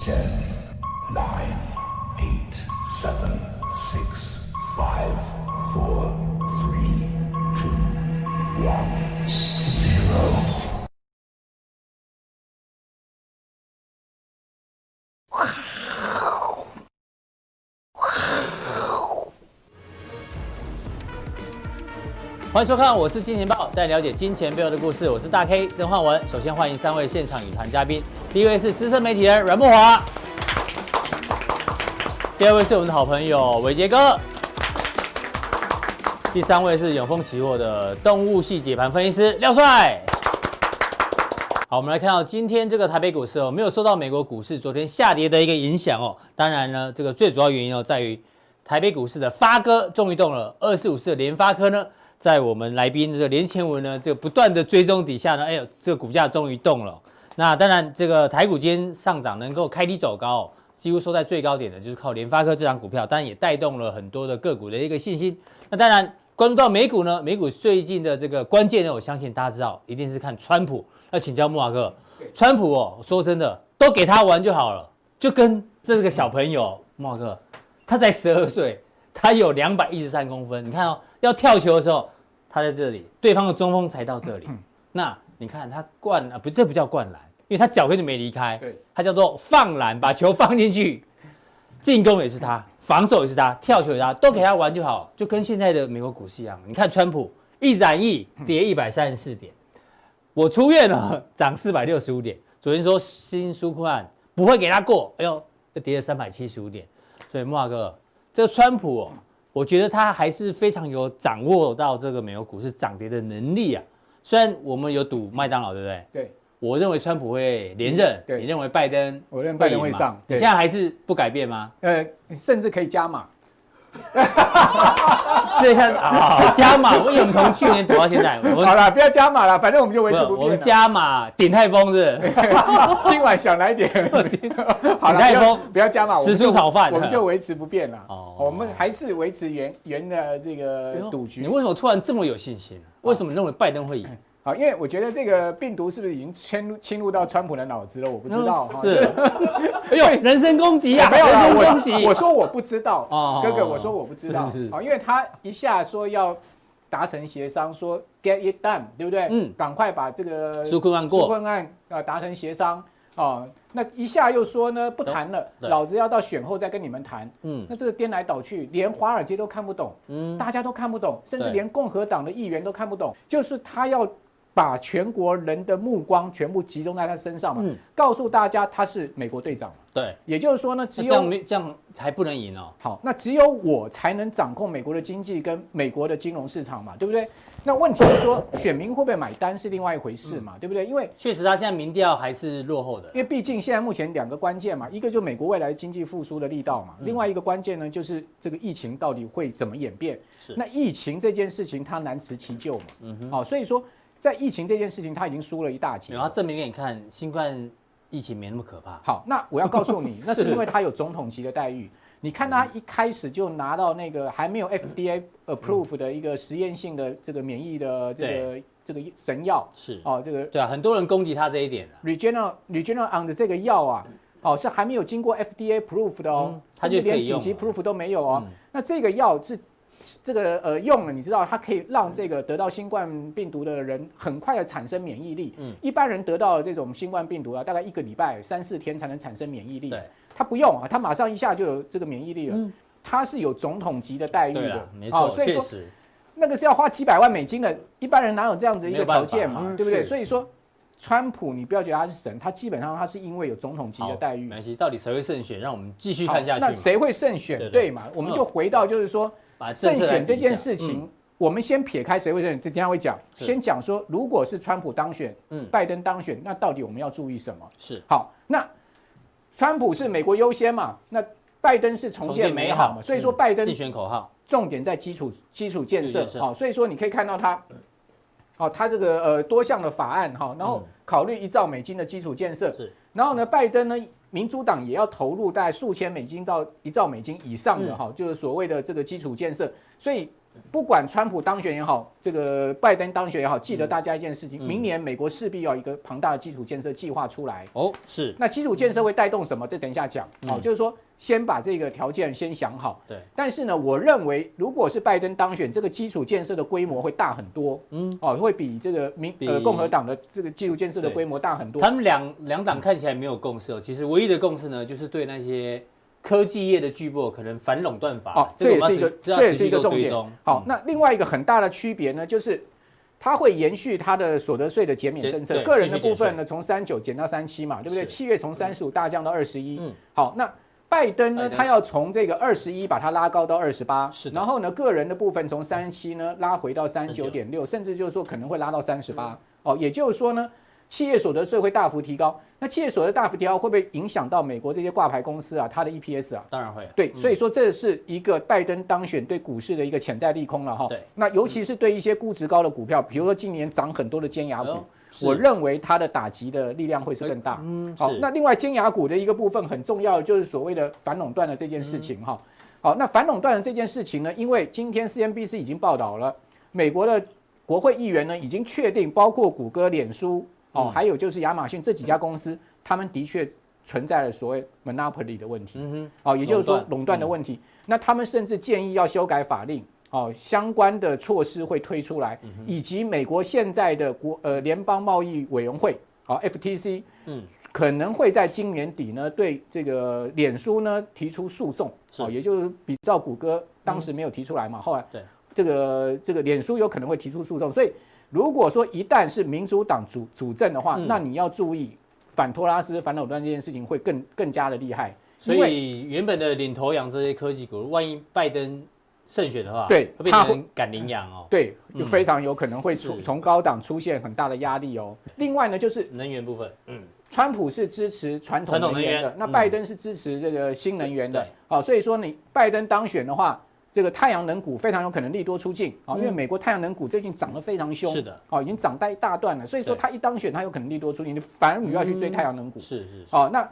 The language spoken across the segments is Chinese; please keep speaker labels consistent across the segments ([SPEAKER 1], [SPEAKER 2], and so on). [SPEAKER 1] Ten, nine, eight, seven, six, five, four, three, two, one, zero.
[SPEAKER 2] 欢迎收看，我是金钱豹，带你了解金钱背后的故事。我是大 K 曾焕文。首先欢迎三位现场语谈嘉宾，第一位是资深媒体人阮慕华，第二位是我们的好朋友伟杰哥，第三位是永丰期货的动物系解盘分析师廖帅。好，我们来看到今天这个台北股市哦，没有受到美国股市昨天下跌的一个影响哦。当然呢，这个最主要原因哦，在于台北股市的发哥终于动了，二四五四的联发科呢，在我们来宾这个连前文呢，这个不断的追踪底下呢，哎呦，这个股价终于动了哦。那当然，这个台股今天上涨能够开低走高、哦，几乎收在最高点的，就是靠联发科这张股票，当然也带动了很多的个股的一个信心。那当然，关注到美股呢，美股最近的这个关键呢，我相信大家知道，一定是看川普。要请教木华哥，川普哦，说真的，都给他玩就好了，就跟这个小朋友木华哥，他才十二岁，他有两百一十三公分，你看哦，要跳球的时候，他在这里，对方的中锋才到这里，那你看他灌啊，不，这不叫灌篮，因为他脚根本没离开，
[SPEAKER 3] 对，
[SPEAKER 2] 他叫做放篮，把球放进去，进攻也是他，防守也是他，跳球也是他，都给他玩就好，就跟现在的美国股市一样。你看川普一染疫
[SPEAKER 3] 嗯
[SPEAKER 2] 跌一百三十四点，我出院了涨四百六十五点。昨天说新纾困案不会给他过，哎呦，又跌了三百七十五点。所以莫华哥，这个川普哦，我觉得他还是非常有掌握到这个美国股市涨跌的能力啊。虽然我们有赌麦当劳，对不对？
[SPEAKER 3] 对，
[SPEAKER 2] 我认为川普会连任，
[SPEAKER 3] 对
[SPEAKER 2] 你认为拜登
[SPEAKER 3] 我认为拜登会
[SPEAKER 2] 赢嘛
[SPEAKER 3] 上
[SPEAKER 2] 你
[SPEAKER 3] 对
[SPEAKER 2] 现在还是不改变 吗？
[SPEAKER 3] 呃，甚至可以加码。
[SPEAKER 2] 这一下啊，加码，因为我们从去年躲到现在， 我
[SPEAKER 3] 好
[SPEAKER 2] 们
[SPEAKER 3] 了，不要加码了，反正我们就维持不
[SPEAKER 2] 我们
[SPEAKER 3] 变。啊
[SPEAKER 2] 加码鼎泰丰是 不是
[SPEAKER 3] 今晚想来点， 好了，
[SPEAKER 2] 你太
[SPEAKER 3] 不要
[SPEAKER 2] 疯
[SPEAKER 3] 不要加码，我
[SPEAKER 2] 时
[SPEAKER 3] 们就
[SPEAKER 2] 蔬炒饭啊
[SPEAKER 3] 我们就维持不变了。
[SPEAKER 2] 哦
[SPEAKER 3] 我们还是维持原原的这
[SPEAKER 2] 哎呦
[SPEAKER 3] 个赌
[SPEAKER 2] 你
[SPEAKER 3] 局。哦哎
[SPEAKER 2] 为什么突然这么有信心？啊为什么认为拜登会赢？
[SPEAKER 3] 好，因为我觉得这个病毒是不是已经侵入侵入到川普的脑子了？我不知 道哈。
[SPEAKER 2] 嗯
[SPEAKER 3] 哎
[SPEAKER 2] 是，哎呦，人身攻击啊，
[SPEAKER 3] 没有
[SPEAKER 2] 人身攻
[SPEAKER 3] 啦，
[SPEAKER 2] 击
[SPEAKER 3] 我我说我不知道
[SPEAKER 2] 哦，
[SPEAKER 3] 哥哥，我说我不知道
[SPEAKER 2] 是是，
[SPEAKER 3] 好，因为他一下说要达成协商，说 get it done，对不对？
[SPEAKER 2] 嗯
[SPEAKER 3] 赶快把这个
[SPEAKER 2] 纾困案
[SPEAKER 3] 纾
[SPEAKER 2] 过，
[SPEAKER 3] 困案啊达成协商哦，那一下又说呢不谈了，
[SPEAKER 2] 对
[SPEAKER 3] 老子要到选后再跟你们谈。
[SPEAKER 2] 嗯
[SPEAKER 3] 那这个颠来倒去，连华尔街都看不懂，
[SPEAKER 2] 嗯，
[SPEAKER 3] 大家都看不懂，甚至
[SPEAKER 2] 对
[SPEAKER 3] 连共和党的议员都看不懂。就是他要把全国人的目光全部集中在他身上嘛，
[SPEAKER 2] 嗯
[SPEAKER 3] 告诉大家他是美国队长嘛。
[SPEAKER 2] 对，
[SPEAKER 3] 也就是说呢，只
[SPEAKER 2] 那这样
[SPEAKER 3] 有
[SPEAKER 2] 没这样还不能赢哦，
[SPEAKER 3] 好，那只有我才能掌控美国的经济跟美国的金融市场嘛，对不对？那问题是说，选民会不会买单是另外一回事
[SPEAKER 2] 嗯
[SPEAKER 3] 嘛，对不对？因为
[SPEAKER 2] 确实他现在民调还是落后的
[SPEAKER 3] 因，为毕竟现在目前两个关键嘛，一个就美国未来经济复苏的力道
[SPEAKER 2] 嗯
[SPEAKER 3] 嘛，另外一个关键呢就是这个疫情到底会怎么演变。
[SPEAKER 2] 是
[SPEAKER 3] 那疫情这件事情它难辞其咎嘛，
[SPEAKER 2] 嗯哼，
[SPEAKER 3] 好、所以说在疫情这件事情它已经输了一大截
[SPEAKER 2] 然。后证明给你看，新冠疫情没那么可怕，，
[SPEAKER 3] 好，那我要告诉你 那是
[SPEAKER 2] 是嗯
[SPEAKER 3] 因为它有总统级的待遇。你看他一开始就拿到那个还没 有 FDA approve 的一个实验性的这个免疫的这个这个神药
[SPEAKER 2] 是，
[SPEAKER 3] 哦，这个
[SPEAKER 2] 对啊，很多人攻击他这一点啊
[SPEAKER 3] Regeneron Regeneron 的这个药啊，哦是还没有经过 FDA proof 的哦
[SPEAKER 2] 嗯，它就
[SPEAKER 3] 甚至
[SPEAKER 2] 可
[SPEAKER 3] 连
[SPEAKER 2] 以用
[SPEAKER 3] 紧急
[SPEAKER 2] 了
[SPEAKER 3] proof 都没有哦。
[SPEAKER 2] 嗯
[SPEAKER 3] 那这个药是这个呃用了，你知道它可以让这个得到新冠病毒的人很快的产生免疫力。
[SPEAKER 2] 嗯
[SPEAKER 3] 一般人得到了这种新冠病毒啊，大概一个礼拜三四天才能产生免疫力
[SPEAKER 2] 对。
[SPEAKER 3] 他不用啊，他马上一下就有这个免疫力了。
[SPEAKER 2] 嗯
[SPEAKER 3] 他是有总统级的待遇
[SPEAKER 2] 对
[SPEAKER 3] 的
[SPEAKER 2] 了，，没
[SPEAKER 3] 哦
[SPEAKER 2] 错，
[SPEAKER 3] 所以
[SPEAKER 2] 确
[SPEAKER 3] 说
[SPEAKER 2] 实，
[SPEAKER 3] 那个是要花几百万美金的，一般人哪有这样子一
[SPEAKER 2] 没
[SPEAKER 3] 个
[SPEAKER 2] 有办法
[SPEAKER 3] 条件嘛，
[SPEAKER 2] 嗯
[SPEAKER 3] 对不对？
[SPEAKER 2] 是
[SPEAKER 3] 所以说，川普你不要觉得他是神，他基本上他是因为有总统级的待遇
[SPEAKER 2] 没。关系，到底谁会胜选，让我们继续
[SPEAKER 3] 好
[SPEAKER 2] 看下去嘛。
[SPEAKER 3] 那谁会胜选？
[SPEAKER 2] 对对
[SPEAKER 3] 对嘛？我们就回到就是说，
[SPEAKER 2] 把政
[SPEAKER 3] 胜
[SPEAKER 2] 策来
[SPEAKER 3] 选
[SPEAKER 2] 比
[SPEAKER 3] 这
[SPEAKER 2] 一
[SPEAKER 3] 件
[SPEAKER 2] 下
[SPEAKER 3] 事，情，我们先撇开谁会胜选，这等一下会讲。
[SPEAKER 2] 是
[SPEAKER 3] 先讲说，如果是川普当选，
[SPEAKER 2] 嗯，嗯
[SPEAKER 3] 拜登当选，那到底我们要注意什么？
[SPEAKER 2] 是
[SPEAKER 3] 好，那川普是美国优先嘛？那拜登是重建美好嘛？所以说
[SPEAKER 2] 嗯
[SPEAKER 3] 拜登
[SPEAKER 2] 竞选口号，
[SPEAKER 3] 重点在基础基础建
[SPEAKER 2] 基础
[SPEAKER 3] 设哦
[SPEAKER 2] 建设
[SPEAKER 3] 好，所以说你可以看到它，好，它这个呃多项的法案哈，然后
[SPEAKER 2] 嗯
[SPEAKER 3] 考虑一兆美金的基础建设
[SPEAKER 2] 是，
[SPEAKER 3] 然后呢，拜登呢，民主党也要
[SPEAKER 2] 嗯
[SPEAKER 3] 投入大概数千美金到一兆美金以上的哈，就是所谓的这个基础建设，所以不管川普当选也好，这个拜登当选也好，记
[SPEAKER 2] 嗯
[SPEAKER 3] 得大家一件事情：明年美国势必要一个庞大的基础建设计划出来。
[SPEAKER 2] 哦，是，
[SPEAKER 3] 那基础建设会带动什么？这等一下讲。好，
[SPEAKER 2] 嗯
[SPEAKER 3] 就是说先把这个条件先想好。
[SPEAKER 2] 对，
[SPEAKER 3] 但是呢，我认为如果是拜登当选，这个基础建设的规模会大很多。
[SPEAKER 2] 嗯
[SPEAKER 3] 嗯，哦，会比这个民呃
[SPEAKER 2] 比
[SPEAKER 3] 共和党的这个基础建设的
[SPEAKER 2] 对
[SPEAKER 3] 规模大很多。
[SPEAKER 2] 他们两两党看起来没有共识哦，其实唯一的共识呢，就是对那些科技业的巨擘可能反垄断法，
[SPEAKER 3] 哦，这也是一个，这也是一个重点。好，
[SPEAKER 2] 那
[SPEAKER 3] 那另外一个很大的区别呢，就是它会延续它的所得税的减免
[SPEAKER 2] 减
[SPEAKER 3] 政策
[SPEAKER 2] 对，
[SPEAKER 3] 个人
[SPEAKER 2] 继
[SPEAKER 3] 的
[SPEAKER 2] 续
[SPEAKER 3] 部
[SPEAKER 2] 减
[SPEAKER 3] 分呢从三九减到三七嘛，对不对？
[SPEAKER 2] 是
[SPEAKER 3] 七月从三十五大降到二十一
[SPEAKER 2] 嗯。
[SPEAKER 3] 好，那拜登呢，
[SPEAKER 2] 拜登
[SPEAKER 3] 他要从这个二十一把它拉高到二十八
[SPEAKER 2] 是，的
[SPEAKER 3] 然后呢，个人的部分从三十七呢拉回到三十九点六，甚至就是说可能会拉到三十
[SPEAKER 2] 嗯
[SPEAKER 3] 八。哦，也就是说呢。企业所得税会大幅提高，那企业所得大幅提高会不会影响到美国这些挂牌公司啊，它的 EPS 啊？
[SPEAKER 2] 当然会啊，
[SPEAKER 3] 对，所以说这是一个拜登当选对股市的一个潜在利空了哈。
[SPEAKER 2] 对，嗯
[SPEAKER 3] 那尤其是对一些估值高的股票，比如说今年涨很多的尖牙
[SPEAKER 2] 哎
[SPEAKER 3] 股
[SPEAKER 2] 呦，是
[SPEAKER 3] 我认为它的打击的力量会是更大。
[SPEAKER 2] 嗯，
[SPEAKER 3] 好
[SPEAKER 2] 是，
[SPEAKER 3] 那另外尖牙股的一个部分很重要的就是所谓的反垄断的这件事情
[SPEAKER 2] 嗯
[SPEAKER 3] 哈。好，那反垄断的这件事情呢，因为今天 CNBC 已经报道了，美国的国会议员呢已经确定，包括谷歌、脸书
[SPEAKER 2] 嗯
[SPEAKER 3] 哦，还有就是亚马逊这几家公司，他们的确存在了所谓 monopoly 的问题。
[SPEAKER 2] 嗯哼，
[SPEAKER 3] 哦，也就是说
[SPEAKER 2] 垄断嗯
[SPEAKER 3] 垄断的问题。那他们甚至建议要修改法令，哦，相关的措施会推出来，
[SPEAKER 2] 嗯
[SPEAKER 3] 以及美国现在的国呃联邦贸易委员会，哦好、FTC，
[SPEAKER 2] 嗯
[SPEAKER 3] 可能会在今年底呢对这个脸书呢提出诉讼，
[SPEAKER 2] 是嗯
[SPEAKER 3] 哦，也就是比照谷歌当时没有提出来嘛，后来
[SPEAKER 2] 对
[SPEAKER 3] 这个这个脸书有可能会提出诉讼，所以如果说一旦是民主党主主政的话，
[SPEAKER 2] 嗯
[SPEAKER 3] 那你要注意反托拉斯反垄断这件事情会更更加的厉害，
[SPEAKER 2] 所
[SPEAKER 3] 因为
[SPEAKER 2] 以原本的领头羊这些科技股，万一拜登胜选的话，
[SPEAKER 3] 对
[SPEAKER 2] 会变
[SPEAKER 3] 他会
[SPEAKER 2] 成赶羚羊哦，
[SPEAKER 3] 对，
[SPEAKER 2] 嗯
[SPEAKER 3] 就非常有可能会出
[SPEAKER 2] 是
[SPEAKER 3] 从高档出现很大的压力哦。另外呢，就是
[SPEAKER 2] 能源部分，嗯，
[SPEAKER 3] 川普是支持传统
[SPEAKER 2] 传统
[SPEAKER 3] 能源
[SPEAKER 2] 能
[SPEAKER 3] 的
[SPEAKER 2] 源，
[SPEAKER 3] 那
[SPEAKER 2] 嗯
[SPEAKER 3] 拜登是支持这个新能源的
[SPEAKER 2] 对。
[SPEAKER 3] 好，所以说你拜登当选的话，这个太阳能股非常有可能利多出尽啊，因
[SPEAKER 2] 嗯
[SPEAKER 3] 为美国太阳能股最近涨得非常凶，
[SPEAKER 2] 是的，
[SPEAKER 3] 哦，已经涨大一大段了。所以说
[SPEAKER 2] 对嗯
[SPEAKER 3] 他一当选，他有可能利多出尽，你反而你要去追太阳能股。
[SPEAKER 2] 是是是，
[SPEAKER 3] 哦，那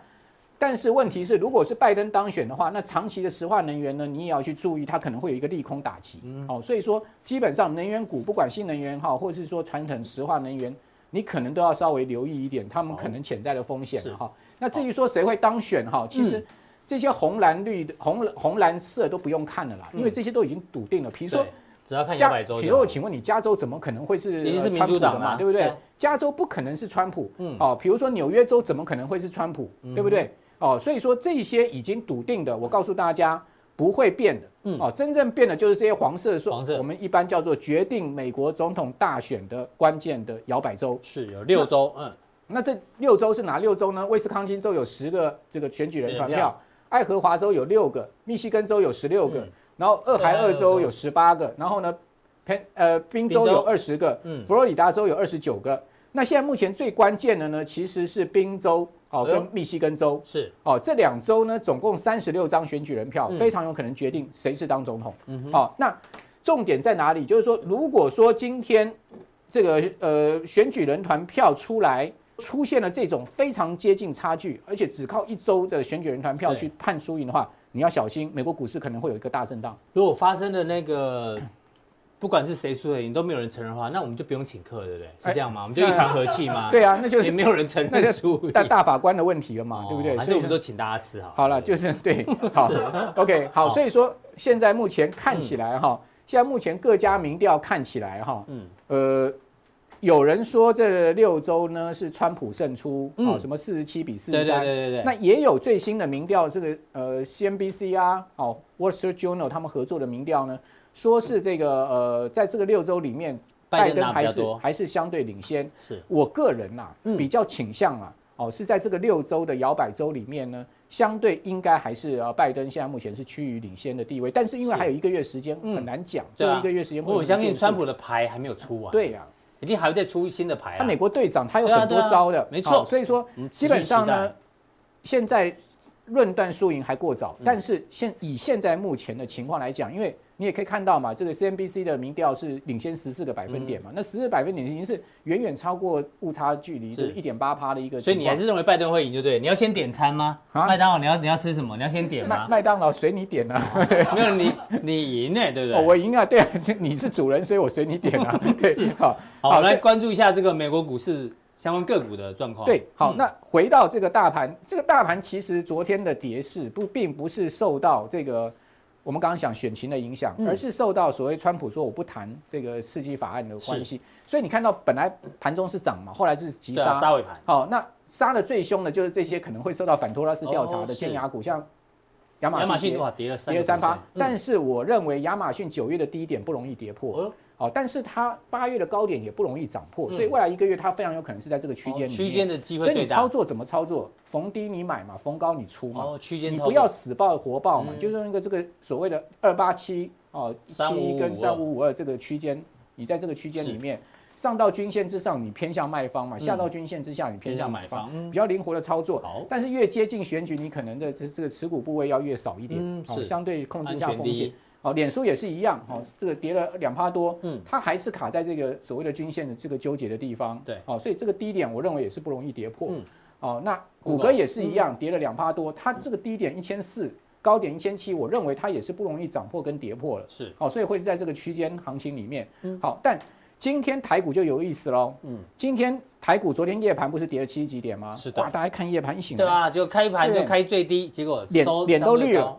[SPEAKER 3] 但是问题是，如果是拜登当选的话，那长期的石化能源呢，你也要去注意，它可能会有一个利空打击。
[SPEAKER 2] 嗯
[SPEAKER 3] 哦，所以说基本上能源股，不管新能源哈，或是说传统石化能源，你可能都要稍微留意一点，他们可能潜在的风险
[SPEAKER 2] 是嗯
[SPEAKER 3] 哈、那至于说谁会当选哈，其实。这些红蓝绿的红红蓝色都不用看了啦，
[SPEAKER 2] 嗯
[SPEAKER 3] 因为这些都已经笃定了。比
[SPEAKER 2] 你
[SPEAKER 3] 如说
[SPEAKER 2] 只要看
[SPEAKER 3] 加
[SPEAKER 2] 两百周
[SPEAKER 3] 比
[SPEAKER 2] 就
[SPEAKER 3] 如
[SPEAKER 2] 好
[SPEAKER 3] 我
[SPEAKER 2] 了，
[SPEAKER 3] 请问你，加州怎么可能会是
[SPEAKER 2] 一定是
[SPEAKER 3] 呃
[SPEAKER 2] 民
[SPEAKER 3] 川普
[SPEAKER 2] 主党
[SPEAKER 3] 的
[SPEAKER 2] 啊
[SPEAKER 3] 嘛，对不
[SPEAKER 2] 对
[SPEAKER 3] 对
[SPEAKER 2] 啊？
[SPEAKER 3] 加州不可能是川普，
[SPEAKER 2] 嗯
[SPEAKER 3] 哦，比如说纽约州怎么可能会是川普，对不对？哦，所以说这些已经笃定的，我告诉大家不会变的，
[SPEAKER 2] 嗯
[SPEAKER 3] 哦，真正变的就是这些黄色说，
[SPEAKER 2] 黄色
[SPEAKER 3] 我们一般叫做决定美国总统大选的关键的摇摆州。
[SPEAKER 2] 是有六周，嗯，
[SPEAKER 3] 那这六州是哪六州呢？威斯康星州有十个这个选举人团
[SPEAKER 2] 选票
[SPEAKER 3] 票，爱荷华州有六个，密西根州有十六个
[SPEAKER 2] 嗯，
[SPEAKER 3] 然后俄亥俄州
[SPEAKER 2] 俄亥俄州
[SPEAKER 3] 有十八个，然后呢，偏呃宾州
[SPEAKER 2] 宾
[SPEAKER 3] 有
[SPEAKER 2] 州
[SPEAKER 3] 二十个
[SPEAKER 2] 嗯，
[SPEAKER 3] 佛罗里达州有二十九个。那现在目前最关键的呢，其实是宾州哦
[SPEAKER 2] 哎呦
[SPEAKER 3] 跟密西根州
[SPEAKER 2] 是
[SPEAKER 3] 哦这两州呢，总共三十六张选举人票
[SPEAKER 2] 嗯，
[SPEAKER 3] 非常有可能决定谁是当总统。好，那重点在哪里？就是说，如果说今天这个呃选举人团票出来出现了这种非常接近差距，而且只靠一周的选举人团票
[SPEAKER 2] 对
[SPEAKER 3] 去判输赢的话，你要小心，美国股市可能会有一个大震荡。
[SPEAKER 2] 如果发生的那个，不管是谁输谁赢都没有人承认的话，那我们就不用请客，对不对？是这样吗？我们就一团和气吗？
[SPEAKER 3] 哎啊对啊，那 就
[SPEAKER 2] 也
[SPEAKER 3] 是
[SPEAKER 2] 没有人承认输赢，
[SPEAKER 3] 大大法官的问题了嘛
[SPEAKER 2] 哦，
[SPEAKER 3] 对不对？
[SPEAKER 2] 还是
[SPEAKER 3] 所以
[SPEAKER 2] 我们都请大家吃好？
[SPEAKER 3] 好了，就是 对，好，OK，好，
[SPEAKER 2] 好
[SPEAKER 3] 所以说现在目前看起来哈，现在目前各家民调看起来哈，
[SPEAKER 2] 嗯
[SPEAKER 3] 嗯，呃，有人说这六周呢是川普胜出，
[SPEAKER 2] 嗯
[SPEAKER 3] 哦，什么四十七比四
[SPEAKER 2] 对
[SPEAKER 3] 十
[SPEAKER 2] 对
[SPEAKER 3] 三，
[SPEAKER 2] 对对对，
[SPEAKER 3] 那也有最新的民调，这个呃 CNBC 啊，哦 Wall Street Journal 他们合作的民调呢，说是这个呃，在这个六周里面，
[SPEAKER 2] 拜
[SPEAKER 3] 拜
[SPEAKER 2] 登
[SPEAKER 3] 登
[SPEAKER 2] 拿比
[SPEAKER 3] 还
[SPEAKER 2] 较
[SPEAKER 3] 是
[SPEAKER 2] 多，
[SPEAKER 3] 还是相对领先。
[SPEAKER 2] 是
[SPEAKER 3] 我个人呐、
[SPEAKER 2] 嗯
[SPEAKER 3] 比较倾向啊，哦，是在这个六周的摇摆州里面呢，相对应该还是呃，拜登现在目前是趋于领先的地位，但是因为
[SPEAKER 2] 是
[SPEAKER 3] 还有一个月时间，
[SPEAKER 2] 嗯
[SPEAKER 3] 很难讲，
[SPEAKER 2] 对
[SPEAKER 3] 最
[SPEAKER 2] 啊
[SPEAKER 3] 后一个月时间会有
[SPEAKER 2] 我相信
[SPEAKER 3] 变数
[SPEAKER 2] 川普的牌还没有出完，
[SPEAKER 3] 对，呀、啊
[SPEAKER 2] 一定还会再出新的牌啊。
[SPEAKER 3] 他美国队长他有
[SPEAKER 2] 对啊
[SPEAKER 3] 很多
[SPEAKER 2] 对啊
[SPEAKER 3] 招的，
[SPEAKER 2] 没错
[SPEAKER 3] 哦所以说
[SPEAKER 2] 我们持续
[SPEAKER 3] 基本上
[SPEAKER 2] 期
[SPEAKER 3] 呢
[SPEAKER 2] 待，，
[SPEAKER 3] 现
[SPEAKER 2] 嗯
[SPEAKER 3] 在论断输赢还过早，但是现以现在目前的情况来讲，因为你也可以看到嘛，这个 CNBC 的民调是领先十四个百分点
[SPEAKER 2] 嗯
[SPEAKER 3] 嘛，那十四百分点已经是远远超过误差距离，就是
[SPEAKER 2] 是
[SPEAKER 3] 一点八趴的一个情
[SPEAKER 2] 所
[SPEAKER 3] 况。
[SPEAKER 2] 以你还是认为拜登会赢，就对了。你要先点餐吗？
[SPEAKER 3] 啊
[SPEAKER 2] 麦当劳你要你要吃什么？你要先点啊哦
[SPEAKER 3] 麦
[SPEAKER 2] 吗？
[SPEAKER 3] 麦当劳随你点啊，
[SPEAKER 2] 没有你你赢哎，对不
[SPEAKER 3] 哦
[SPEAKER 2] 对？
[SPEAKER 3] 我赢啊，对啊，这你是主人，所以我随你点 啊，对，好，
[SPEAKER 2] 好，我们来
[SPEAKER 3] 所以
[SPEAKER 2] 关注一下这个美国股市相关个股的状况。
[SPEAKER 3] 对，啊好，
[SPEAKER 2] 嗯
[SPEAKER 3] 那回到这个大盘，这个大盘其实昨天的跌势不并不是受到这个我们刚刚讲选情的影响，
[SPEAKER 2] 嗯
[SPEAKER 3] 而是受到所谓川普说我不谈这个刺激法案的关系，所以你看到本来盘中是涨嘛，后来就是急
[SPEAKER 2] 对啊
[SPEAKER 3] 杀，
[SPEAKER 2] 杀尾盘，
[SPEAKER 3] 好，那杀的最凶的就是这些可能会受到反托拉斯调查
[SPEAKER 2] 哦
[SPEAKER 3] 的
[SPEAKER 2] 是
[SPEAKER 3] 尖牙股，像亚
[SPEAKER 2] 亚马
[SPEAKER 3] 马
[SPEAKER 2] 逊
[SPEAKER 3] 逊跌
[SPEAKER 2] 哇跌了三嗯
[SPEAKER 3] 跌了三趴，但
[SPEAKER 2] 是
[SPEAKER 3] 是我认为亚马逊九月的低点不容易跌破。好，但是它八月的高点也不容易涨破，
[SPEAKER 2] 哦嗯哦
[SPEAKER 3] 所以未来一个月它非常有可能是在这个区间里面。
[SPEAKER 2] 区间，的机
[SPEAKER 3] 所
[SPEAKER 2] 会
[SPEAKER 3] 以你
[SPEAKER 2] 最
[SPEAKER 3] 操
[SPEAKER 2] 大。
[SPEAKER 3] 作怎么操作？逢低你买嘛，逢高你出嘛，
[SPEAKER 2] 哦，区间
[SPEAKER 3] 你
[SPEAKER 2] 操
[SPEAKER 3] 不
[SPEAKER 2] 作
[SPEAKER 3] 要死抱活抱嘛，
[SPEAKER 2] 嗯
[SPEAKER 3] 就是用一个这个所谓的二八七哦七
[SPEAKER 2] 3552
[SPEAKER 3] 跟三五五二这个区间，你在这个区间
[SPEAKER 2] 是
[SPEAKER 3] 里面上到均线之上你偏向卖方嘛，
[SPEAKER 2] 嗯
[SPEAKER 3] 下到均线之下你
[SPEAKER 2] 偏
[SPEAKER 3] 偏
[SPEAKER 2] 向
[SPEAKER 3] 向
[SPEAKER 2] 买
[SPEAKER 3] 买方，
[SPEAKER 2] 方。嗯
[SPEAKER 3] 比较灵活的操作。
[SPEAKER 2] 好，
[SPEAKER 3] 但是越接近选举，你可能的这这个持股部位要越少一点，
[SPEAKER 2] 嗯
[SPEAKER 3] 哦
[SPEAKER 2] 是
[SPEAKER 3] 相对控制
[SPEAKER 2] 安
[SPEAKER 3] 一下
[SPEAKER 2] 全第
[SPEAKER 3] 风险
[SPEAKER 2] 一。。
[SPEAKER 3] 哦，脸书也是一样，哦，这个跌了两趴多，
[SPEAKER 2] 嗯，
[SPEAKER 3] 它还是卡在这个所谓的均线的这个纠结的地方。
[SPEAKER 2] 对
[SPEAKER 3] 哦，所以这个低点我认为也是不容易跌破。
[SPEAKER 2] 嗯
[SPEAKER 3] 哦，那
[SPEAKER 2] 谷
[SPEAKER 3] 谷
[SPEAKER 2] 歌
[SPEAKER 3] 歌也是一样，跌了两趴多，它这个低点一千四，高点一千七，我认为它也是不容易涨破跟跌破了。
[SPEAKER 2] 是
[SPEAKER 3] 哦，所以会是在这个区间行情里面。
[SPEAKER 2] 嗯
[SPEAKER 3] 好，但今天台股就有意思喽。
[SPEAKER 2] 嗯
[SPEAKER 3] 嗯，今天台股昨天夜盘不是跌了七十几点吗？
[SPEAKER 2] 是的
[SPEAKER 3] 哇，大家看夜盘一醒
[SPEAKER 2] 对
[SPEAKER 3] 来，
[SPEAKER 2] 啊，就开盘就
[SPEAKER 3] 对
[SPEAKER 2] 开最低，结果
[SPEAKER 3] 脸
[SPEAKER 2] 收
[SPEAKER 3] 脸都
[SPEAKER 2] 相对
[SPEAKER 3] 绿了
[SPEAKER 2] 高，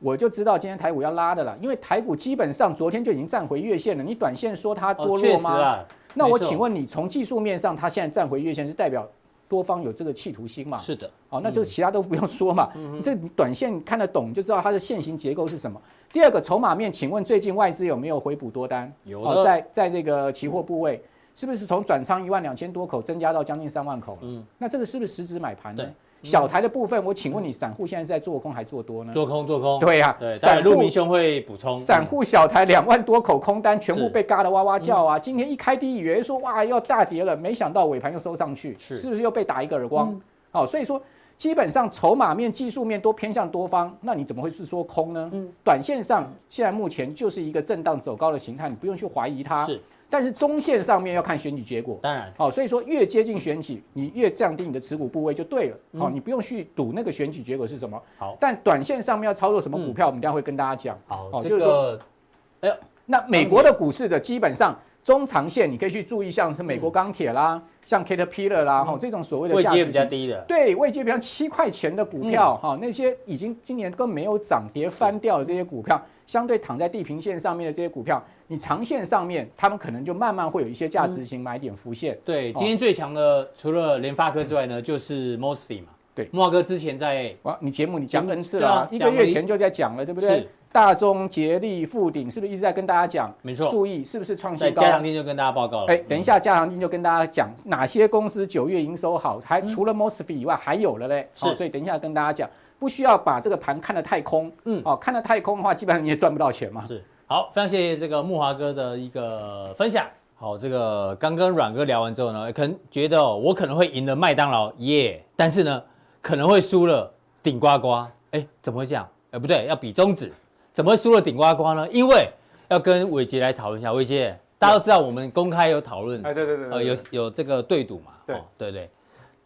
[SPEAKER 3] 我就知道今天台股要拉的了，因为台股基本上昨天就已经站回月线了。你短线说它多
[SPEAKER 2] 哦，确
[SPEAKER 3] 弱
[SPEAKER 2] 实
[SPEAKER 3] 吗？
[SPEAKER 2] 啊，
[SPEAKER 3] 那
[SPEAKER 2] 没
[SPEAKER 3] 我
[SPEAKER 2] 错
[SPEAKER 3] 请问你，从技术面上，它现在站回月线是代表多方有这个企图心嘛？
[SPEAKER 2] 是嗯的，
[SPEAKER 3] 哦，那就其他都不用说嘛。这你短线看得懂就知道它的现行结构是什么。第二个筹码面，请问最近外资有没有回补多单？
[SPEAKER 2] 有
[SPEAKER 3] 哦，
[SPEAKER 2] 的，
[SPEAKER 3] 在在这个期货部位，是不是从转仓一万两千多口增加到将近三万口了？
[SPEAKER 2] 嗯
[SPEAKER 3] 那这个是不是实质买盘呢
[SPEAKER 2] 对？嗯
[SPEAKER 3] 小台的部分，我请问你，散户现在是在做空还做多呢？
[SPEAKER 2] 做空做空，
[SPEAKER 3] 对呀、
[SPEAKER 2] 对，待会
[SPEAKER 3] 散
[SPEAKER 2] 陆
[SPEAKER 3] 户
[SPEAKER 2] 明兄会补充。
[SPEAKER 3] 散户小台两万多口空单全
[SPEAKER 2] 是
[SPEAKER 3] 部被嘎得哇哇叫啊！今天一开低，以为说哇要大跌了，没想到尾盘又收上去，
[SPEAKER 2] 是嗯
[SPEAKER 3] 不是又被打一个耳光？好，所以说基本上筹码面、技术面都偏向多方，那你怎么会是说空呢？
[SPEAKER 2] 嗯
[SPEAKER 3] 短线上现在目前就是一个震荡走高的形态，你不用去怀疑它。
[SPEAKER 2] 嗯是，
[SPEAKER 3] 但是中线上面要看选举结果。
[SPEAKER 2] 当然
[SPEAKER 3] 好、所以说越接近选举，你越降低你的持股部位就对了。好、
[SPEAKER 2] 嗯
[SPEAKER 3] 你不用去赌那个选举结果是什么。
[SPEAKER 2] 好
[SPEAKER 3] 但短线上面要操作什么股
[SPEAKER 2] 嗯
[SPEAKER 3] 票，我们等一下会跟大家讲。
[SPEAKER 2] 好，
[SPEAKER 3] 哦
[SPEAKER 2] 这
[SPEAKER 3] 就是
[SPEAKER 2] 个
[SPEAKER 3] 那美国的股市的基本上中长线，你可以去注意，像是美
[SPEAKER 2] 嗯
[SPEAKER 3] 国钢铁啦，像 Caterpillar 啦，哈、这种所谓的
[SPEAKER 2] 位
[SPEAKER 3] 价
[SPEAKER 2] 阶
[SPEAKER 3] 值
[SPEAKER 2] 嗯比
[SPEAKER 3] 型
[SPEAKER 2] 较嗯低的，
[SPEAKER 3] 对，位阶比方七块钱的股票，哈、那些已经今年更没有涨跌翻掉的这些股票，相对躺在地平线上面的这些股票，你长线上面，他们可能就慢慢会有一些价值型买点浮现。
[SPEAKER 2] 对，
[SPEAKER 3] 哦嗯
[SPEAKER 2] 今天最强的除了联发科之外呢，就是 MOSFET 嘛。
[SPEAKER 3] 对
[SPEAKER 2] 木华哥之前在
[SPEAKER 3] 哇，你节目你讲 N 次了、
[SPEAKER 2] 对啊
[SPEAKER 3] 一个
[SPEAKER 2] 讲了
[SPEAKER 3] 月
[SPEAKER 2] 一
[SPEAKER 3] 前就在讲了，对不对
[SPEAKER 2] 是？
[SPEAKER 3] 大中、捷力、富鼎是不是一直在跟大家讲？
[SPEAKER 2] 没错，
[SPEAKER 3] 注意是不是创
[SPEAKER 2] 在
[SPEAKER 3] 新高？啊
[SPEAKER 2] 加强店就跟大家报告了。
[SPEAKER 3] 哎，等一下，加强君就跟大家讲哪些公司九月营收好，还除了 MOSFET 以外还有了嘞。
[SPEAKER 2] 是
[SPEAKER 3] 好所以等一下跟大家讲，不需要把这个盘看得太空。
[SPEAKER 2] 嗯
[SPEAKER 3] 嗯，哦，看得太空的话，基本上你也赚不到钱嘛
[SPEAKER 2] 嗯。是好，非常谢谢这个木华哥的一个分享。好，这个刚跟阮哥聊完之后呢，可能觉得哦我可能会赢了麦当劳耶但是呢，可能会输了顶呱呱。哎，怎么会这样？哎，不对，要比中指，怎么会输了顶呱呱呢？因为要跟伟杰来讨论一下，伟杰，大家都知道我们公开有讨论，
[SPEAKER 4] 哎，对对对，
[SPEAKER 2] 呃，
[SPEAKER 4] 对
[SPEAKER 2] 有
[SPEAKER 4] 对
[SPEAKER 2] 有这个对赌嘛？
[SPEAKER 4] 对
[SPEAKER 2] 哦对对。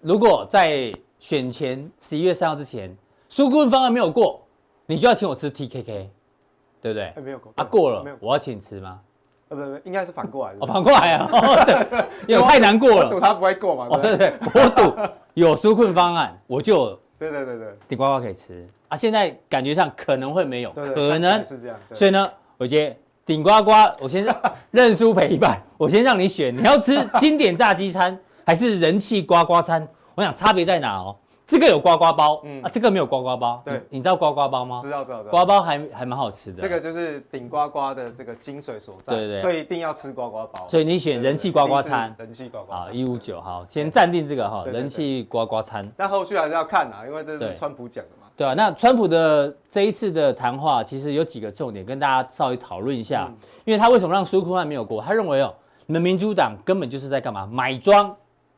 [SPEAKER 2] 如果在选前十一月三号之前，苏顾问方案没有过，你就要请我吃 TKK，对不对
[SPEAKER 4] 哎？没有过
[SPEAKER 2] 啊，过了
[SPEAKER 4] 没有，，
[SPEAKER 2] 我要请你吃吗？
[SPEAKER 4] 呃，不不，应该是反过来
[SPEAKER 2] 哦，
[SPEAKER 4] 的，
[SPEAKER 2] 反过来啊， 哦对，因为我太难过
[SPEAKER 4] 赌
[SPEAKER 2] 了。
[SPEAKER 4] 他不会过嘛，
[SPEAKER 2] 哦，
[SPEAKER 4] 对
[SPEAKER 2] 对对，我 赌有纾困方案，我就有
[SPEAKER 4] 对对对对
[SPEAKER 2] 顶呱呱可以吃啊。现在感觉上可能会没有，
[SPEAKER 4] 对对，
[SPEAKER 2] 可能
[SPEAKER 4] 看起来是这样，对
[SPEAKER 2] 所以呢，我觉得顶呱呱，我先认输赔一 半，我先让你选，你要吃经典炸鸡餐还是人气呱呱餐？我想差别在哪哦？这个有呱呱包，
[SPEAKER 4] 嗯
[SPEAKER 2] 啊，这个没有呱呱包。
[SPEAKER 4] 对
[SPEAKER 2] 你你知道呱呱包吗
[SPEAKER 4] 知？道知道知
[SPEAKER 2] 呱
[SPEAKER 4] 道，
[SPEAKER 2] 包还还蛮好吃的。
[SPEAKER 4] 这个就是顶呱呱的这个精髓所在，
[SPEAKER 2] 对对
[SPEAKER 4] 所以一定要吃呱呱包，
[SPEAKER 2] 所
[SPEAKER 4] 以
[SPEAKER 2] 以你选人气呱呱餐，
[SPEAKER 4] 人气呱呱
[SPEAKER 2] 啊，
[SPEAKER 4] 餐
[SPEAKER 2] 一五九好，先暂定这个哈，
[SPEAKER 4] 对对对
[SPEAKER 2] 人气呱呱餐。
[SPEAKER 4] 但后续还是要看啊，因为这
[SPEAKER 2] 对
[SPEAKER 4] 是川普讲的嘛，
[SPEAKER 2] 对啊，那川普的这一次的谈话，其实有几个重点跟大家稍微讨论一下，
[SPEAKER 4] 嗯
[SPEAKER 2] 因为他为什么让苏库汉没有过？他认为哦，你们民主党根本就是在干嘛买庄，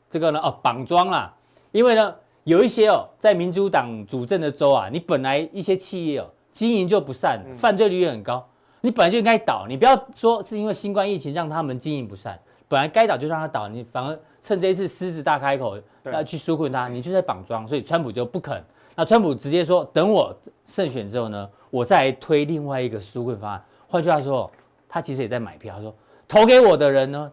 [SPEAKER 2] 这个呢哦绑庄啦，因为呢有一些哦在民主党主政的州啊，你本来一些企业哦经营就不善，
[SPEAKER 4] 嗯
[SPEAKER 2] 犯罪率也很高，你本来就应该倒，你不要说是因为新冠疫情让他们经营不善，本来该倒就让他倒，你反而趁这一次狮子大开口
[SPEAKER 4] 对
[SPEAKER 2] 要去纾困他，你就在绑桩，所以川普就不肯。那川普直接说，等我胜选之后呢，我再来推另外一个纾困方案。换句话说，他其实也在买票，他说投给我的人呢，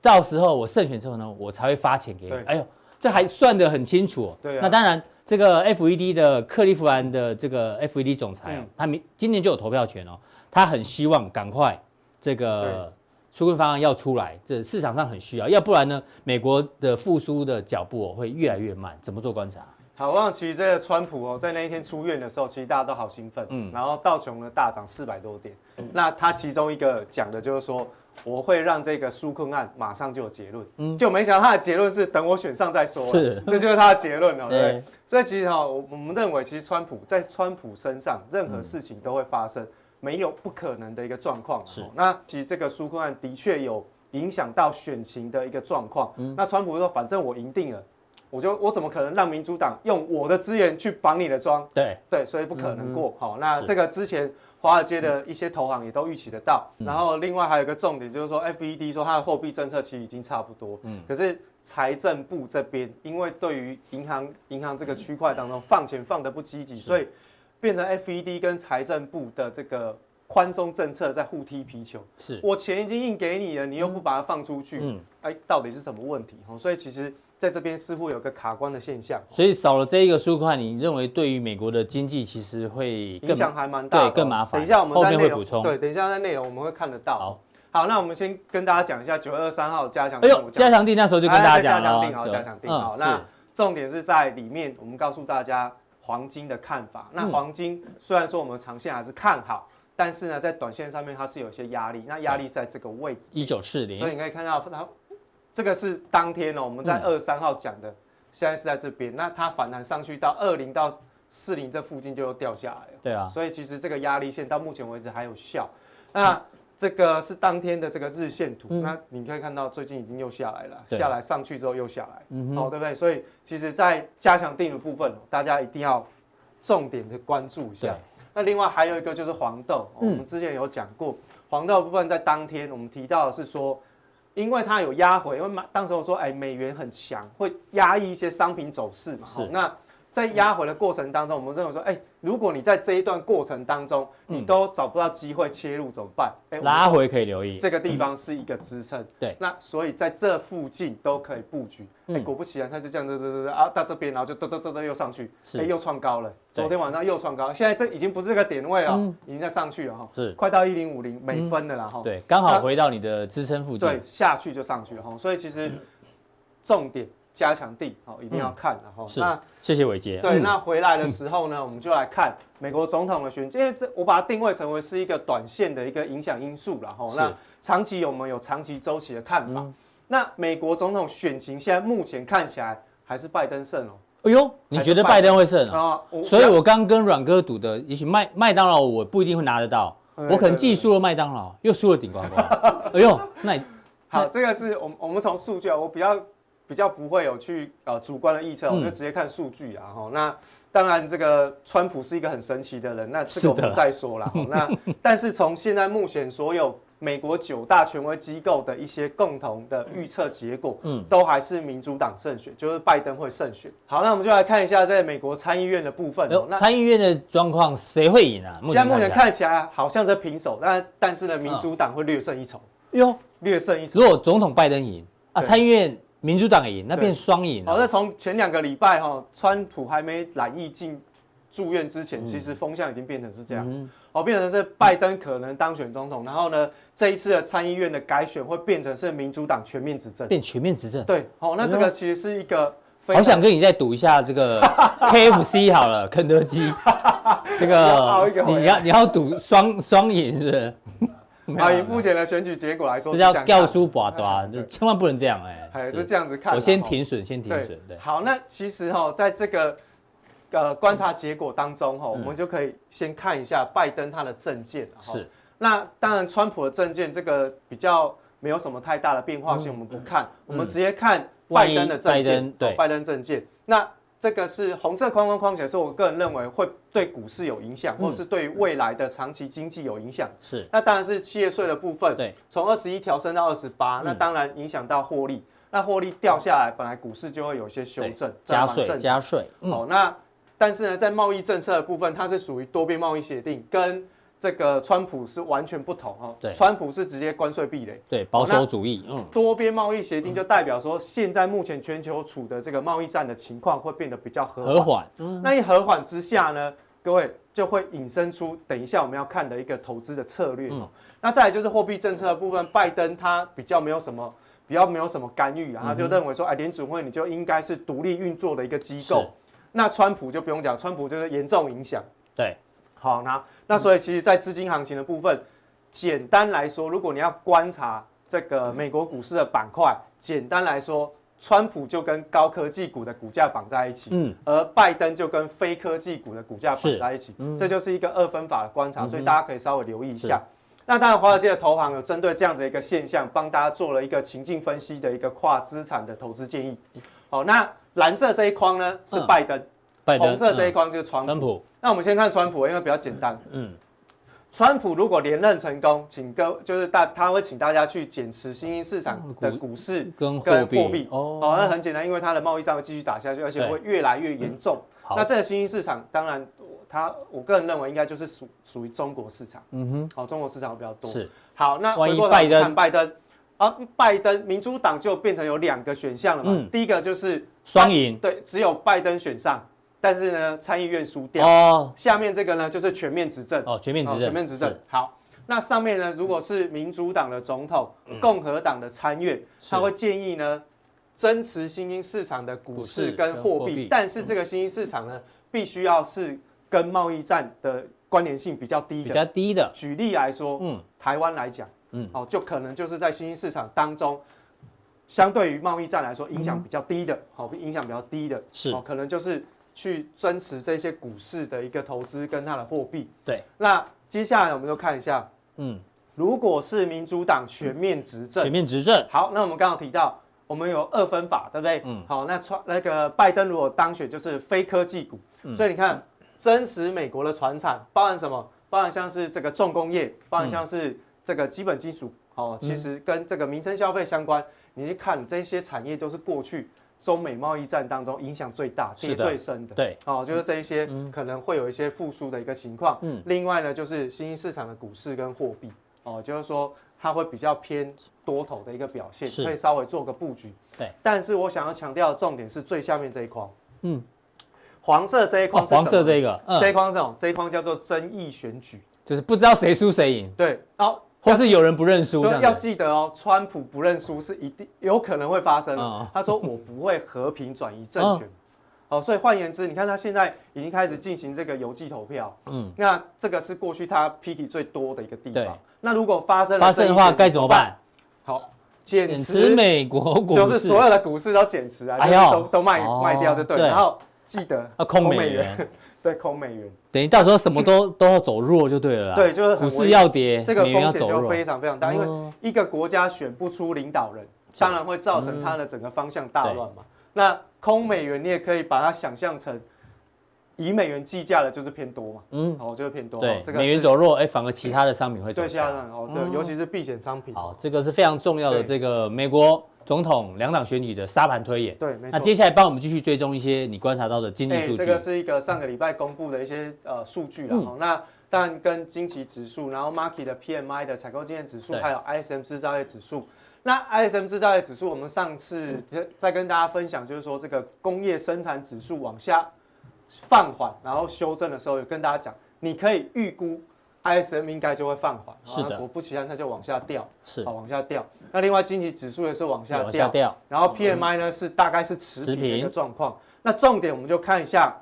[SPEAKER 2] 到时候我胜选之后呢，我才会发钱给你
[SPEAKER 4] 对。
[SPEAKER 2] 哎呦，这还算得很清楚、哦。
[SPEAKER 4] 对啊
[SPEAKER 2] 那当然，这个 FED 的克利夫兰的这个 FED 总裁、哦
[SPEAKER 4] 嗯
[SPEAKER 2] 他明今年就有投票权哦，他很希望赶快这个纾困方案要出来，这市场上很需要，要不然呢，美国的复苏的脚步、哦、会越来越慢。怎么做观察？
[SPEAKER 4] 好，我想其实这个川普哦，在那一天出院的时候，其实大家都好兴奋，
[SPEAKER 2] 嗯
[SPEAKER 4] 嗯，然后道琼呢大涨四百多点，那他其中一个讲的就是说，我会让这个纾困案马上就有结论，嗯，就没想到他的结论是等我选上再说，
[SPEAKER 2] 是，
[SPEAKER 4] 这就是他的结论哦，对不对
[SPEAKER 2] 对。
[SPEAKER 4] 所以其实哈、哦，我我们认为其实川普在川普身上任何事情都会发生，没有不可能的一个状况、啊哦。
[SPEAKER 2] 是
[SPEAKER 4] 那其实这个纾困案的确有影响到选情的一个状况。那川普说，反正我赢定了。我就我怎么可能让民主党用我的资源去绑你的庄？
[SPEAKER 2] 对，
[SPEAKER 4] 对，所以不可能过。好、那
[SPEAKER 2] 嗯是
[SPEAKER 4] 这个之前华尔街的一些投行也都预期得到。
[SPEAKER 2] 嗯
[SPEAKER 4] 然后另外还有一个重点就是说，FED 说它的货币政策其实已经差不多，
[SPEAKER 2] 嗯
[SPEAKER 4] 可是财政部这边因为对于银行银行这个区块当中放钱放的不积极，所以变成 FED 跟财政部的这个宽松政策在互踢皮球。
[SPEAKER 2] 是
[SPEAKER 4] 我钱已经印给你了，你又不把它放出去，
[SPEAKER 2] 嗯
[SPEAKER 4] 哎，到底是什么问题？哦，所以其实在这边似乎有个卡关的现象，
[SPEAKER 2] 所以少了这一个纾困，你认为对于美国的经济其实会更
[SPEAKER 4] 影响还蛮大的哦，
[SPEAKER 2] 对更麻烦
[SPEAKER 4] 等一下我们
[SPEAKER 2] 后
[SPEAKER 4] 在
[SPEAKER 2] 面
[SPEAKER 4] 内
[SPEAKER 2] 会
[SPEAKER 4] 容
[SPEAKER 2] 补充
[SPEAKER 4] 对，等一下在内容我们会看得到。
[SPEAKER 2] 好，
[SPEAKER 4] 好，那我们先跟大家讲一下九月二三号加强
[SPEAKER 2] 哎
[SPEAKER 4] 定。
[SPEAKER 2] 呦，加强定那时候就跟大家讲了
[SPEAKER 4] 哎
[SPEAKER 2] 哦，
[SPEAKER 4] 加强定好，
[SPEAKER 2] 就
[SPEAKER 4] 加强定
[SPEAKER 2] 嗯
[SPEAKER 4] 好。
[SPEAKER 2] 是
[SPEAKER 4] 那重点是在里面，我们告诉大家黄金的看法。那
[SPEAKER 2] 嗯
[SPEAKER 4] 黄金虽然说我们长线还是看好，但是呢，在短线上面它是有一些压力，那压力是在这个位置。
[SPEAKER 2] 一九四
[SPEAKER 4] 所以
[SPEAKER 2] 零，
[SPEAKER 4] 你可以看到它，这个是当天哦，我们在
[SPEAKER 2] 嗯
[SPEAKER 4] 二三号讲的，现在是在这边，那它反弹上去到二零到四零这附近就又掉下来了。
[SPEAKER 2] 对啊，
[SPEAKER 4] 所以其实这个压力线到目前为止还有效。那
[SPEAKER 2] 嗯
[SPEAKER 4] 这个是当天的这个日线图，那你可以看到最近已经又下来了，
[SPEAKER 2] 对嗯
[SPEAKER 4] 下来上去之后又下来，好、对不对？所以其实，在加强定的部分，大家一定要重点的关注一
[SPEAKER 2] 对嗯
[SPEAKER 4] 下。那另外还有一个就是黄豆，哦我们之前有讲过，黄豆的部分在当天我们提到的是说，因为它有压回，因为嘛当时我说，哎，美元很强，会压抑一些商品走势嘛。
[SPEAKER 2] 是
[SPEAKER 4] 哦那在压回的过程当中，我们认为说，哎，如果你在这一段过程当中，你都找不到机会切入怎么办？哎，我们
[SPEAKER 2] 嗯拉回可以留意，
[SPEAKER 4] 这个地方是一个支撑，
[SPEAKER 2] 嗯对
[SPEAKER 4] 那所以在这附近都可以布局。哎、
[SPEAKER 2] 嗯
[SPEAKER 4] 果不其然，它就这样，嘚嘚嘚啊，到这边，然后就嘚嘚嘚嘚又上去，
[SPEAKER 2] 是
[SPEAKER 4] 哎又创高了。
[SPEAKER 2] 对
[SPEAKER 4] 昨天晚上又创高，现在这已经不是这个点位了，哦
[SPEAKER 2] 嗯
[SPEAKER 4] 已经在上去了哈，
[SPEAKER 2] 是嗯
[SPEAKER 4] 快到一零五零每分了啦哈、
[SPEAKER 2] 对，刚好
[SPEAKER 4] 哦那
[SPEAKER 2] 回到你的支撑附近，
[SPEAKER 4] 对，下去就上去了哈，所以其实重点加强地好一定要看然后、
[SPEAKER 2] 嗯是
[SPEAKER 4] 那，
[SPEAKER 2] 谢谢伟杰，
[SPEAKER 4] 对，
[SPEAKER 2] 嗯
[SPEAKER 4] 那回来的时候呢，我们就来看美国总统的选举，因为这我把它定位成为是一个短线的一个影响因素然后
[SPEAKER 2] 是
[SPEAKER 4] 那长期我们有长期周期的看法。
[SPEAKER 2] 嗯
[SPEAKER 4] 那美国总统选情现在目前看起来还是拜登胜哦。
[SPEAKER 2] 哎呦，你觉得拜登会胜啊？
[SPEAKER 4] 啊，我
[SPEAKER 2] 所以，我刚跟阮哥赌的，也许麦麦当劳我不一定会拿得到，
[SPEAKER 4] 嗯
[SPEAKER 2] 我可能
[SPEAKER 4] 对
[SPEAKER 2] 既输了麦当劳，又输了顶呱 呱。哎呦，那你
[SPEAKER 4] 好，这个是我们我们从数据啊，我比较比较不会有去呃主观的预测，
[SPEAKER 2] 嗯
[SPEAKER 4] 我就直接看数据啊。哈，那当然这个川普是一个很神奇的人，那这
[SPEAKER 2] 是
[SPEAKER 4] 个
[SPEAKER 2] 的
[SPEAKER 4] 我们再说啦。齁那但是从现在目前所有美国九大权威机构的一些共同的预测结果，
[SPEAKER 2] 嗯
[SPEAKER 4] 嗯，都还是民主党胜选，就是拜登会胜选。好，那我们就来看一下在美国参议院的部分、
[SPEAKER 2] 哎
[SPEAKER 4] 哦
[SPEAKER 2] 呦。
[SPEAKER 4] 那
[SPEAKER 2] 参议院的状况谁会赢啊？目
[SPEAKER 4] 现在
[SPEAKER 2] 前
[SPEAKER 4] 目前
[SPEAKER 2] 看起来，嗯
[SPEAKER 4] 看起来好像是平手，但但是呢，民主党会略胜一筹，
[SPEAKER 2] 哎呦，
[SPEAKER 4] 略胜一筹。
[SPEAKER 2] 如果总统拜登赢啊，
[SPEAKER 4] 对
[SPEAKER 2] 参议院民主党也赢，那
[SPEAKER 4] 对
[SPEAKER 2] 变双赢
[SPEAKER 4] 好，
[SPEAKER 2] 啊。
[SPEAKER 4] 那从前两个礼拜哈、川普还没染疫进住院之前，其实风向已经变成是这样，
[SPEAKER 2] 嗯
[SPEAKER 4] 哦，变成是拜登可能当选总统，然后呢，这一次的参议院的改选会变成是民主党全面执政。
[SPEAKER 2] 变全面执政。
[SPEAKER 4] 对，哦，那这
[SPEAKER 2] 哎呦
[SPEAKER 4] 个其实是一个哎非
[SPEAKER 2] 好
[SPEAKER 4] 常
[SPEAKER 2] 想跟你再赌一下这个 KFC 好了，肯德 基，这
[SPEAKER 4] 熬
[SPEAKER 2] 个
[SPEAKER 4] 一个回来
[SPEAKER 2] 你要你要赌双双赢是不是？没有
[SPEAKER 4] 啊，
[SPEAKER 2] 啊
[SPEAKER 4] 以目前的选举结果来说，
[SPEAKER 2] 这
[SPEAKER 4] 是
[SPEAKER 2] 叫
[SPEAKER 4] 样看
[SPEAKER 2] 掉书把抓，
[SPEAKER 4] 哎
[SPEAKER 2] 这
[SPEAKER 4] 对
[SPEAKER 2] 千万不能这样哎、
[SPEAKER 4] 哎，
[SPEAKER 2] 是
[SPEAKER 4] 是这样子看的。
[SPEAKER 2] 我先
[SPEAKER 4] 哦
[SPEAKER 2] 停损，先停损，对，
[SPEAKER 4] 好，那其实哈、在这个呃观察结果当中
[SPEAKER 2] 嗯
[SPEAKER 4] 哈、我们就可以先看一下拜登他的政见哈
[SPEAKER 2] 是
[SPEAKER 4] 那当然，川普的政见这个比较没有什么太大的变化性，我们不看，我们直接看拜登的
[SPEAKER 2] 嗯
[SPEAKER 4] 政
[SPEAKER 2] 万一拜登
[SPEAKER 4] 见，
[SPEAKER 2] 对
[SPEAKER 4] 哦拜登政见。那这个是红色框框框起来，是我个人认为会对股市有影
[SPEAKER 2] 嗯
[SPEAKER 4] 响，或者是对于未来的长期经济有影响。
[SPEAKER 2] 是
[SPEAKER 4] 那当然是企业税的部分，
[SPEAKER 2] 嗯对，嗯
[SPEAKER 4] 从二十一调升到二十八，那当然影响到获利。那获利掉下来，本来股市就会有一些修
[SPEAKER 2] 对
[SPEAKER 4] 正，这
[SPEAKER 2] 加
[SPEAKER 4] 蛮正
[SPEAKER 2] 税
[SPEAKER 4] 常
[SPEAKER 2] 加税，嗯，
[SPEAKER 4] 好、那但是呢，在贸易政策的部分，它是属于多边贸易协定，跟这个川普是完全不同哦。
[SPEAKER 2] 对
[SPEAKER 4] 川普是直接关税壁垒。
[SPEAKER 2] 对，保
[SPEAKER 4] 那
[SPEAKER 2] 守主义，嗯，
[SPEAKER 4] 多边贸易协定就代表说，现在目前全球处的这个贸易战的情况会变得比较和
[SPEAKER 2] 和
[SPEAKER 4] 缓。嗯
[SPEAKER 2] 缓，
[SPEAKER 4] 那一和缓之下呢，各位就会引申出等一下我们要看的一个投资的策略、哦那再来就是货币政策的部分，拜登他比较没有什么。比较没有什么干预啊，他就认为说，哎，联储会你就应该是独立运作的一个机
[SPEAKER 2] 是
[SPEAKER 4] 构。那川普就不用讲，川普就是严重影响。
[SPEAKER 2] 对，
[SPEAKER 4] 好，那那所以其实，在资金行情的部分，简单来说，如果你要观察这个
[SPEAKER 2] 嗯
[SPEAKER 4] 美国股市的板块，简单来说，川普就跟高科技股的股价绑在一起，
[SPEAKER 2] 嗯，
[SPEAKER 4] 而拜登就跟非科技股的股价
[SPEAKER 2] 是
[SPEAKER 4] 绑在一起，
[SPEAKER 2] 嗯
[SPEAKER 4] 这就是一个二分法的观察，所以大家可以稍微留意一
[SPEAKER 2] 是
[SPEAKER 4] 下。那当然，华尔街的投行有针对这样子一个现象，帮大家做了一个情境分析的一个跨资产的投资建议。好，那蓝色这一框呢是
[SPEAKER 2] 嗯
[SPEAKER 4] 拜登，
[SPEAKER 2] 拜登，
[SPEAKER 4] 红色这
[SPEAKER 2] 嗯
[SPEAKER 4] 一框就是川普。
[SPEAKER 2] 川普，
[SPEAKER 4] 那我们先看川普，因为比较简单。
[SPEAKER 2] 嗯，
[SPEAKER 4] 川普如果连任成功，请各就是大他会请大家去减持新兴市场的股市
[SPEAKER 2] 跟货
[SPEAKER 4] 跟
[SPEAKER 2] 币
[SPEAKER 4] 货币。
[SPEAKER 2] 哦
[SPEAKER 4] 哦，那很简单，因为它的贸易战会继续打下去，而且
[SPEAKER 2] 对嗯
[SPEAKER 4] 会越来越严重。
[SPEAKER 2] 好
[SPEAKER 4] 那这个新兴市场，当然我它我个人认为应该就是属属于中国市场。嗯哼，好、中国市场比较多。
[SPEAKER 2] 是
[SPEAKER 4] 好，那
[SPEAKER 2] 万一
[SPEAKER 4] 回过头来
[SPEAKER 2] 拜登
[SPEAKER 4] 看拜登啊，拜登民主党就变成有两个选项了嘛。
[SPEAKER 2] 嗯
[SPEAKER 4] 第一个就是
[SPEAKER 2] 双赢
[SPEAKER 4] 对，只有拜登选上，但是呢参议院输掉。
[SPEAKER 2] 哦
[SPEAKER 4] 下面这个呢就是全面执政。
[SPEAKER 2] 哦，全面执
[SPEAKER 4] 哦
[SPEAKER 2] 政，
[SPEAKER 4] 全面执政
[SPEAKER 2] 是，。
[SPEAKER 4] 好，那上面呢，如果是民主党的总统、
[SPEAKER 2] 嗯
[SPEAKER 4] 共和党的参院，他会建议呢，增持新兴市场的股
[SPEAKER 2] 股市
[SPEAKER 4] 市
[SPEAKER 2] 跟
[SPEAKER 4] 跟
[SPEAKER 2] 货
[SPEAKER 4] 货
[SPEAKER 2] 币
[SPEAKER 4] 币，但是这个新兴市场呢，必须要是跟贸易战的关联性比较低
[SPEAKER 2] 比
[SPEAKER 4] 的。
[SPEAKER 2] 较低的，
[SPEAKER 4] 举例来说，
[SPEAKER 2] 嗯
[SPEAKER 4] 嗯，台湾来讲，
[SPEAKER 2] 嗯
[SPEAKER 4] 嗯，哦，就可能就是在新兴市场当中。相对于贸易战来说，影响比较低的，好、影响比较低的，
[SPEAKER 2] 是
[SPEAKER 4] 哦，可能就是去增持这些股市的一个投资跟它的货币，
[SPEAKER 2] 对，
[SPEAKER 4] 那接下来我们就看一下，
[SPEAKER 2] 嗯，
[SPEAKER 4] 如果是民主党全面执政，
[SPEAKER 2] 全面执政，
[SPEAKER 4] 好，那我们刚刚提到，我们有二分法，对不对？
[SPEAKER 2] 嗯
[SPEAKER 4] 嗯，好，那川那个拜登如果当选，就是非科技股，
[SPEAKER 2] 嗯
[SPEAKER 4] 所以你看，真实美国的船产包含什么？包含像是这个重工业，包
[SPEAKER 2] 嗯
[SPEAKER 4] 含像是这个基本金属，哦，其实跟这个民生消费相关。你去看这些产业，都是过去中美贸易战当中影响最大、
[SPEAKER 2] 是
[SPEAKER 4] 跌
[SPEAKER 2] 的
[SPEAKER 4] 最深的。
[SPEAKER 2] 对，
[SPEAKER 4] 哦，就是这一些可能会有一些复苏的一个情况。
[SPEAKER 2] 嗯
[SPEAKER 4] 嗯，另外呢，就是新兴市场的股市跟货币，哦，就是说它会比较偏多头的一个表现，
[SPEAKER 2] 是
[SPEAKER 4] 可以稍微做个布局。
[SPEAKER 2] 对，
[SPEAKER 4] 但是我想要强调的重点是最下面这一框，
[SPEAKER 2] 嗯
[SPEAKER 4] 嗯，黄色这一
[SPEAKER 2] 哦，
[SPEAKER 4] 框、
[SPEAKER 2] 黄色这。个，
[SPEAKER 4] 这一
[SPEAKER 2] 嗯，
[SPEAKER 4] 框是什么？这一框叫做争议选举。
[SPEAKER 2] 就是不知道谁输谁赢，
[SPEAKER 4] 对，哦，
[SPEAKER 2] 或是有人不认输这
[SPEAKER 4] 对要
[SPEAKER 2] 样子，
[SPEAKER 4] 记得哦，川普不认输是一定有可能会发生的。
[SPEAKER 2] 嗯
[SPEAKER 4] 他说我不会和平转移政权。哦，所以换言之，你看他现在已经开始进行这个邮寄投票，
[SPEAKER 2] 嗯
[SPEAKER 4] 嗯，那这个是过去他 PK 最多的一个地
[SPEAKER 2] 对
[SPEAKER 4] 方。那如果发生了
[SPEAKER 2] 发生的话
[SPEAKER 4] 这一点
[SPEAKER 2] 该怎么办？
[SPEAKER 4] 好，减
[SPEAKER 2] 减
[SPEAKER 4] 持
[SPEAKER 2] 持美国股
[SPEAKER 4] 就是
[SPEAKER 2] 市，
[SPEAKER 4] 所有的股市都减持啊，
[SPEAKER 2] 哎
[SPEAKER 4] 就是
[SPEAKER 2] 呦
[SPEAKER 4] 都都卖
[SPEAKER 2] 哦
[SPEAKER 4] 卖掉就对了。
[SPEAKER 2] 对
[SPEAKER 4] 然后记得
[SPEAKER 2] 啊空美元，
[SPEAKER 4] 对，空美元，
[SPEAKER 2] 等于到时候什么都都要走弱就对了啦，
[SPEAKER 4] 嗯对，就是很
[SPEAKER 2] 股
[SPEAKER 4] 危
[SPEAKER 2] 市
[SPEAKER 4] 险
[SPEAKER 2] 要跌，
[SPEAKER 4] 这个
[SPEAKER 2] 哎美元
[SPEAKER 4] 风
[SPEAKER 2] 要
[SPEAKER 4] 险
[SPEAKER 2] 走
[SPEAKER 4] 就
[SPEAKER 2] 弱，哦
[SPEAKER 4] 非常非常大，因为一个国家选不出领导人，当然会造成它的整个方向大乱
[SPEAKER 2] 嗯
[SPEAKER 4] 嘛。那空美元你也可以把它想象成，以美元计价的就是偏多嘛，
[SPEAKER 2] 嗯，
[SPEAKER 4] 哦，就是偏多。
[SPEAKER 2] 对
[SPEAKER 4] 哦，这个
[SPEAKER 2] 美元
[SPEAKER 4] 是
[SPEAKER 2] 走弱，哎，反而其他的商品会走
[SPEAKER 4] 最下
[SPEAKER 2] 强。
[SPEAKER 4] 的哦，对，尤其是避险商品。
[SPEAKER 2] 好，这个是非常重要的
[SPEAKER 4] 对
[SPEAKER 2] 这个美国总统两党选举的沙盘推演。
[SPEAKER 4] 对，没
[SPEAKER 2] 那接
[SPEAKER 4] 错。
[SPEAKER 2] 下来帮我们继续追踪一些你观察到的经济数
[SPEAKER 4] 哎这
[SPEAKER 2] 据嗯
[SPEAKER 4] 个。是一个上个礼拜公布的一些呃数据了。哦，那当然跟经济指数，然后 market 的 PMI 的采购经验指数，
[SPEAKER 2] 对
[SPEAKER 4] 还有 ISM 制造业指数。那 ISM 制造业指数，我们上次在跟大家分享，就是说这个工业生产指数往下放缓，然后修正的时候，有跟大家讲，你可以预估 ISM 应该就会放缓。啊
[SPEAKER 2] 是的
[SPEAKER 4] 那果不其然，它就往下掉，
[SPEAKER 2] 是
[SPEAKER 4] 好往下掉。那另外经济指数也是往下
[SPEAKER 2] 往下
[SPEAKER 4] 掉，
[SPEAKER 2] 掉
[SPEAKER 4] 然后 PMI 呢是大概是持
[SPEAKER 2] 哦持
[SPEAKER 4] 平
[SPEAKER 2] 平
[SPEAKER 4] 的一个状况。那重点我们就看一下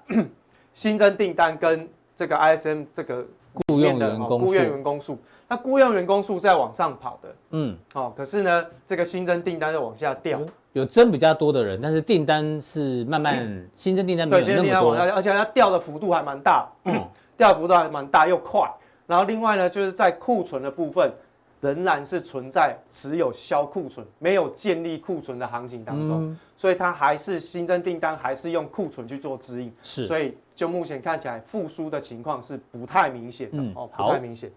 [SPEAKER 4] 新增订单跟这个 ISM 这个
[SPEAKER 2] 雇
[SPEAKER 4] 里面
[SPEAKER 2] 佣
[SPEAKER 4] 的
[SPEAKER 2] 员
[SPEAKER 4] 哦
[SPEAKER 2] 工
[SPEAKER 4] 雇佣
[SPEAKER 2] 数，
[SPEAKER 4] 员工数，那雇佣员工数在往上跑的，
[SPEAKER 2] 嗯，
[SPEAKER 4] 哦，可是呢这个新增订单就往下掉，
[SPEAKER 2] 有增比较多的人，但是订单是慢慢 新增订单没
[SPEAKER 4] 对，
[SPEAKER 2] 有
[SPEAKER 4] 新
[SPEAKER 2] 那
[SPEAKER 4] 增订单往下
[SPEAKER 2] 么嗯
[SPEAKER 4] 掉，而且它掉的幅度还蛮大，嗯掉的幅度还蛮大又快。然后另外呢，就是在库存的部分，
[SPEAKER 2] 嗯
[SPEAKER 4] 仍然是存在只有销库存，没有建立库存的行情当中。所以它还是新增订单还是用库存去做指引，
[SPEAKER 2] 是
[SPEAKER 4] 所以就目前看起来复苏的情况是不太明显的、
[SPEAKER 2] 嗯
[SPEAKER 4] 哦，不
[SPEAKER 2] 好
[SPEAKER 4] 太明显。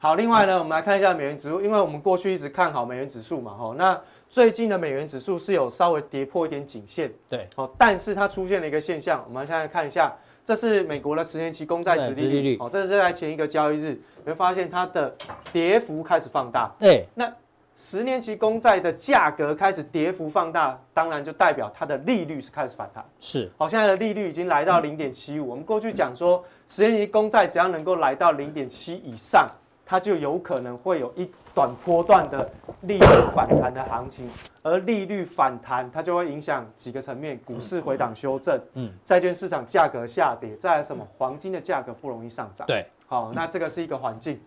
[SPEAKER 4] 好，另外呢，我们来看一下美元指数，因为我们过去一直看好美元指数嘛，哈、那最近的美元指数是有稍微跌破一点颈线，
[SPEAKER 2] 对，
[SPEAKER 4] 哦，但是它出现了一个现象，我们现在看一下，这是美国的十年期公债殖利
[SPEAKER 2] 公债殖利
[SPEAKER 4] 率，
[SPEAKER 2] 率
[SPEAKER 4] 哦，这是在前一个交易日，你会发现它的跌幅开始放大，
[SPEAKER 2] 哎，
[SPEAKER 4] 那十年期公债的价格开始跌幅放大，当然就代表它的利率是开始反弹。
[SPEAKER 2] 是嗯
[SPEAKER 4] 好，现在的利率已经来到零点七五。我们过去讲说，十年期公债只要能够来到零点七以上，它就有可能会有一短波段的利率反弹的行情。而利率反弹，它就会影响几个层面：股市回档修正，
[SPEAKER 2] 嗯
[SPEAKER 4] 嗯，债券市场价格下跌，再来什么黄金的价格不容易上涨。
[SPEAKER 2] 对，
[SPEAKER 4] 好，那这个是一个环境。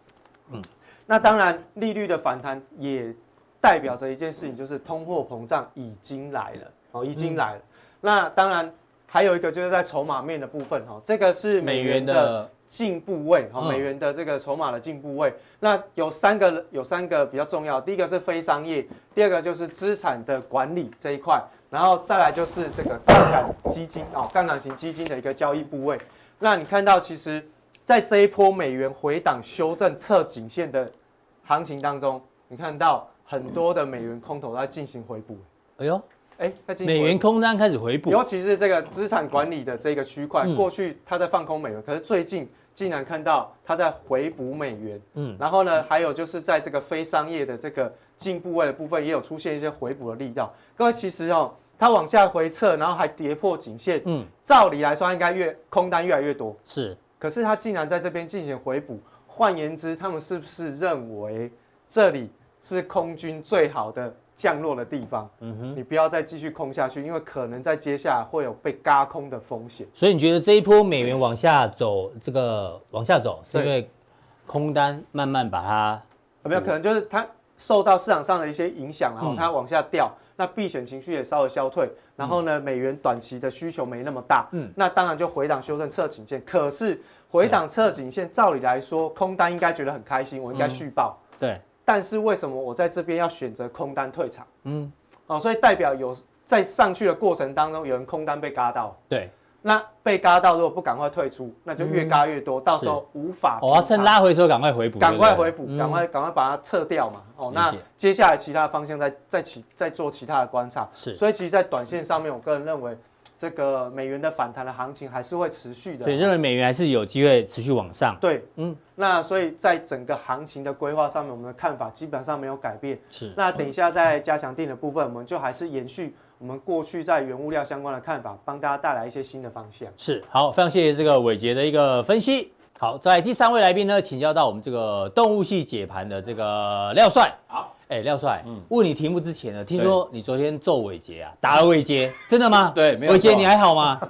[SPEAKER 2] 嗯
[SPEAKER 4] 那当然，利率的反弹也代表着一件事情，就是通货膨胀已经来了，哦，已
[SPEAKER 2] 嗯
[SPEAKER 4] 经来了。那当然还有一个就是在筹码面的部分，哈、哦，这个是
[SPEAKER 2] 美
[SPEAKER 4] 美
[SPEAKER 2] 元
[SPEAKER 4] 元的
[SPEAKER 2] 的
[SPEAKER 4] 进步位，哦，
[SPEAKER 2] 嗯
[SPEAKER 4] 美元的这个筹码的进步位。那有三个有三个比较重要，第一个是非商业，第二个就是资产的管理这一块，然后再来就是这个杠杆基金哦，杠杆型基金的一个交易部位。那你看到其实，在这一波美元回档修正测颈线的行情当中，你看到很多的美元空头在进行回补，
[SPEAKER 2] 哎呦，
[SPEAKER 4] 哎，在进行
[SPEAKER 2] 美
[SPEAKER 4] 回
[SPEAKER 2] 元
[SPEAKER 4] 补
[SPEAKER 2] 空单开始回补，
[SPEAKER 4] 尤其是这个资产管理的这个区块，
[SPEAKER 2] 嗯
[SPEAKER 4] 过去它在放空美元，可是最近竟然看到它在回补美元。
[SPEAKER 2] 嗯，
[SPEAKER 4] 然后呢，还有就是在这个非商业的这个进步位的部分，也有出现一些回补的力道。各位其实哦，它往下回撤，然后还跌破颈线，
[SPEAKER 2] 嗯，
[SPEAKER 4] 照理来说它应该越空单越来越多，
[SPEAKER 2] 是
[SPEAKER 4] 可是它竟然在这边进行回补。换言之，他们是不是认为这里是空军最好的降落的地方？
[SPEAKER 2] 嗯哼，
[SPEAKER 4] 你不要再继续空下去，因为可能在接下来会有被嘎空的风险。
[SPEAKER 2] 所以你觉得这一波美元往下走，这个往下走是因
[SPEAKER 4] 对
[SPEAKER 2] 为空单慢慢把它
[SPEAKER 4] 有啊没有可能就是它受到市场上的一些影响，然
[SPEAKER 2] 嗯
[SPEAKER 4] 后它往下掉，那避险情绪也稍微消退，然后呢，美元短期的需求没那么大，
[SPEAKER 2] 嗯
[SPEAKER 4] 嗯，啊那当然就回档修正测颈线。可是回档测颈线，照理来说，空单应该觉得很开心，我应该续报，
[SPEAKER 2] 对，
[SPEAKER 4] 但是为什么我在这边要选择空单退场？
[SPEAKER 2] 嗯，
[SPEAKER 4] 哦，所以代表有在上去的过程当中，有人空单被嘎到。
[SPEAKER 2] 对，
[SPEAKER 4] 那被嘎到，如果不赶快退出，那就越嘎越多，到时候无法
[SPEAKER 2] 哦我嗯要
[SPEAKER 4] 补偿
[SPEAKER 2] 趁拉回的时候赶快回补，
[SPEAKER 4] 赶快
[SPEAKER 2] 对不对
[SPEAKER 4] 回补，赶。
[SPEAKER 2] 嗯
[SPEAKER 4] 快赶快把它撤掉嘛。哦，那
[SPEAKER 2] 理解
[SPEAKER 4] 接下来其他方向再再起再做其他的观察。
[SPEAKER 2] 是
[SPEAKER 4] 所以其实，在短线上面，我个人认为，这个美元的反弹的行情还是会持续的
[SPEAKER 2] 所以。认为美元还是有机会持续往上，
[SPEAKER 4] 对，
[SPEAKER 2] 嗯
[SPEAKER 4] 嗯，那所以在整个行情的规划上面，我们的看法基本上没有改变。
[SPEAKER 2] 是
[SPEAKER 4] 那等一下在加强定的部分，我们就还是延续我们过去在原物料相关的看法，帮大家带来一些新的方向。
[SPEAKER 2] 是好，非常谢谢这个伟杰的一个分析。好，在第三位来宾呢，请教到我们这个动物系解盘的这个廖帅。好，哎，廖帅，
[SPEAKER 4] 嗯
[SPEAKER 2] 问你题目之前呢，听说你昨天揍伟杰啊，打了伟杰，真的吗？
[SPEAKER 5] 对没有
[SPEAKER 2] 伟杰
[SPEAKER 4] 啊
[SPEAKER 5] 错
[SPEAKER 2] 你还好吗？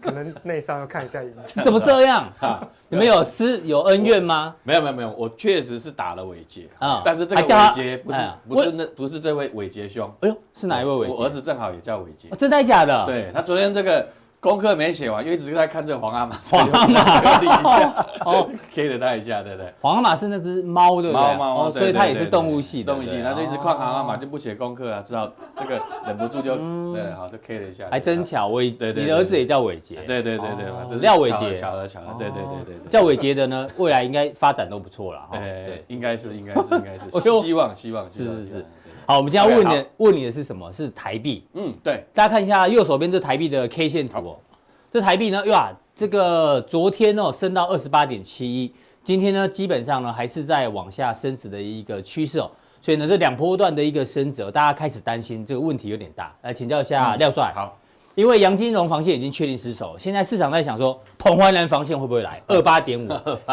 [SPEAKER 4] 可能内伤要看一下影片。
[SPEAKER 2] 你怎么这样？
[SPEAKER 5] 哈，
[SPEAKER 2] 你们有私有恩怨吗？
[SPEAKER 5] 没有没有没有，我确实是打了伟杰
[SPEAKER 2] 啊
[SPEAKER 5] 啊，但是这个
[SPEAKER 2] 还叫他
[SPEAKER 5] 伟杰不是
[SPEAKER 2] 哎呀
[SPEAKER 5] 不是那不是这位伟杰兄，
[SPEAKER 2] 哎呦，是哪一位伟杰？
[SPEAKER 5] 我儿子正好也叫伟杰
[SPEAKER 2] 哦，，真的假的？，
[SPEAKER 5] 对他昨天这个功课没写完，又一直在看这个皇阿玛，皇阿玛隔离一下，
[SPEAKER 2] 哦
[SPEAKER 5] 哦，给了他一下，对不对？
[SPEAKER 2] 皇阿玛是那只猫，对不对？
[SPEAKER 5] 猫猫猫，
[SPEAKER 2] 哦，
[SPEAKER 5] 对
[SPEAKER 2] 所以它
[SPEAKER 5] 对
[SPEAKER 2] 也是
[SPEAKER 5] 对
[SPEAKER 2] 动物系的，
[SPEAKER 5] 动物系，
[SPEAKER 2] 对
[SPEAKER 5] 他就一直
[SPEAKER 2] 哦嗯
[SPEAKER 5] 看皇阿玛就不写功课啊，只好这个忍不住就对，好就 K 了一下，
[SPEAKER 2] 还真
[SPEAKER 5] 对
[SPEAKER 2] 巧，伟，
[SPEAKER 5] 对对
[SPEAKER 2] 你的
[SPEAKER 5] 对
[SPEAKER 2] 儿子也叫伟杰，
[SPEAKER 5] 对对对对对
[SPEAKER 2] 哦，
[SPEAKER 5] 只是
[SPEAKER 2] 廖伟
[SPEAKER 5] 巧合
[SPEAKER 2] 杰哦
[SPEAKER 5] 巧合巧合，对对对对对，
[SPEAKER 2] 叫伟杰的呢，未来应该发展都不错了哈。
[SPEAKER 5] 哎
[SPEAKER 2] 哦对，，
[SPEAKER 5] 应该是应该是应该是
[SPEAKER 2] 我就，
[SPEAKER 5] 希望希望
[SPEAKER 2] 是
[SPEAKER 5] 希望
[SPEAKER 2] 是
[SPEAKER 5] 希望
[SPEAKER 2] 是
[SPEAKER 5] 对
[SPEAKER 2] 好，我们今天要问
[SPEAKER 5] OK，
[SPEAKER 2] 的问你的是什么？是台币。
[SPEAKER 5] 嗯，对，
[SPEAKER 2] 大家看一下右手边这台币的 K 线图哦，这台币呢，哇，这个昨天哦升到二十八点七一，今天呢基本上呢还是在往下升值的一个趋势哦。所以呢，这两波段的一个升值哦、大家开始担心这个问题有点大。来请教一下廖帅，
[SPEAKER 5] 好，
[SPEAKER 2] 因为杨金融防线已经确定失守，现在市场在想说彭淮南防线会不会来 二八点五，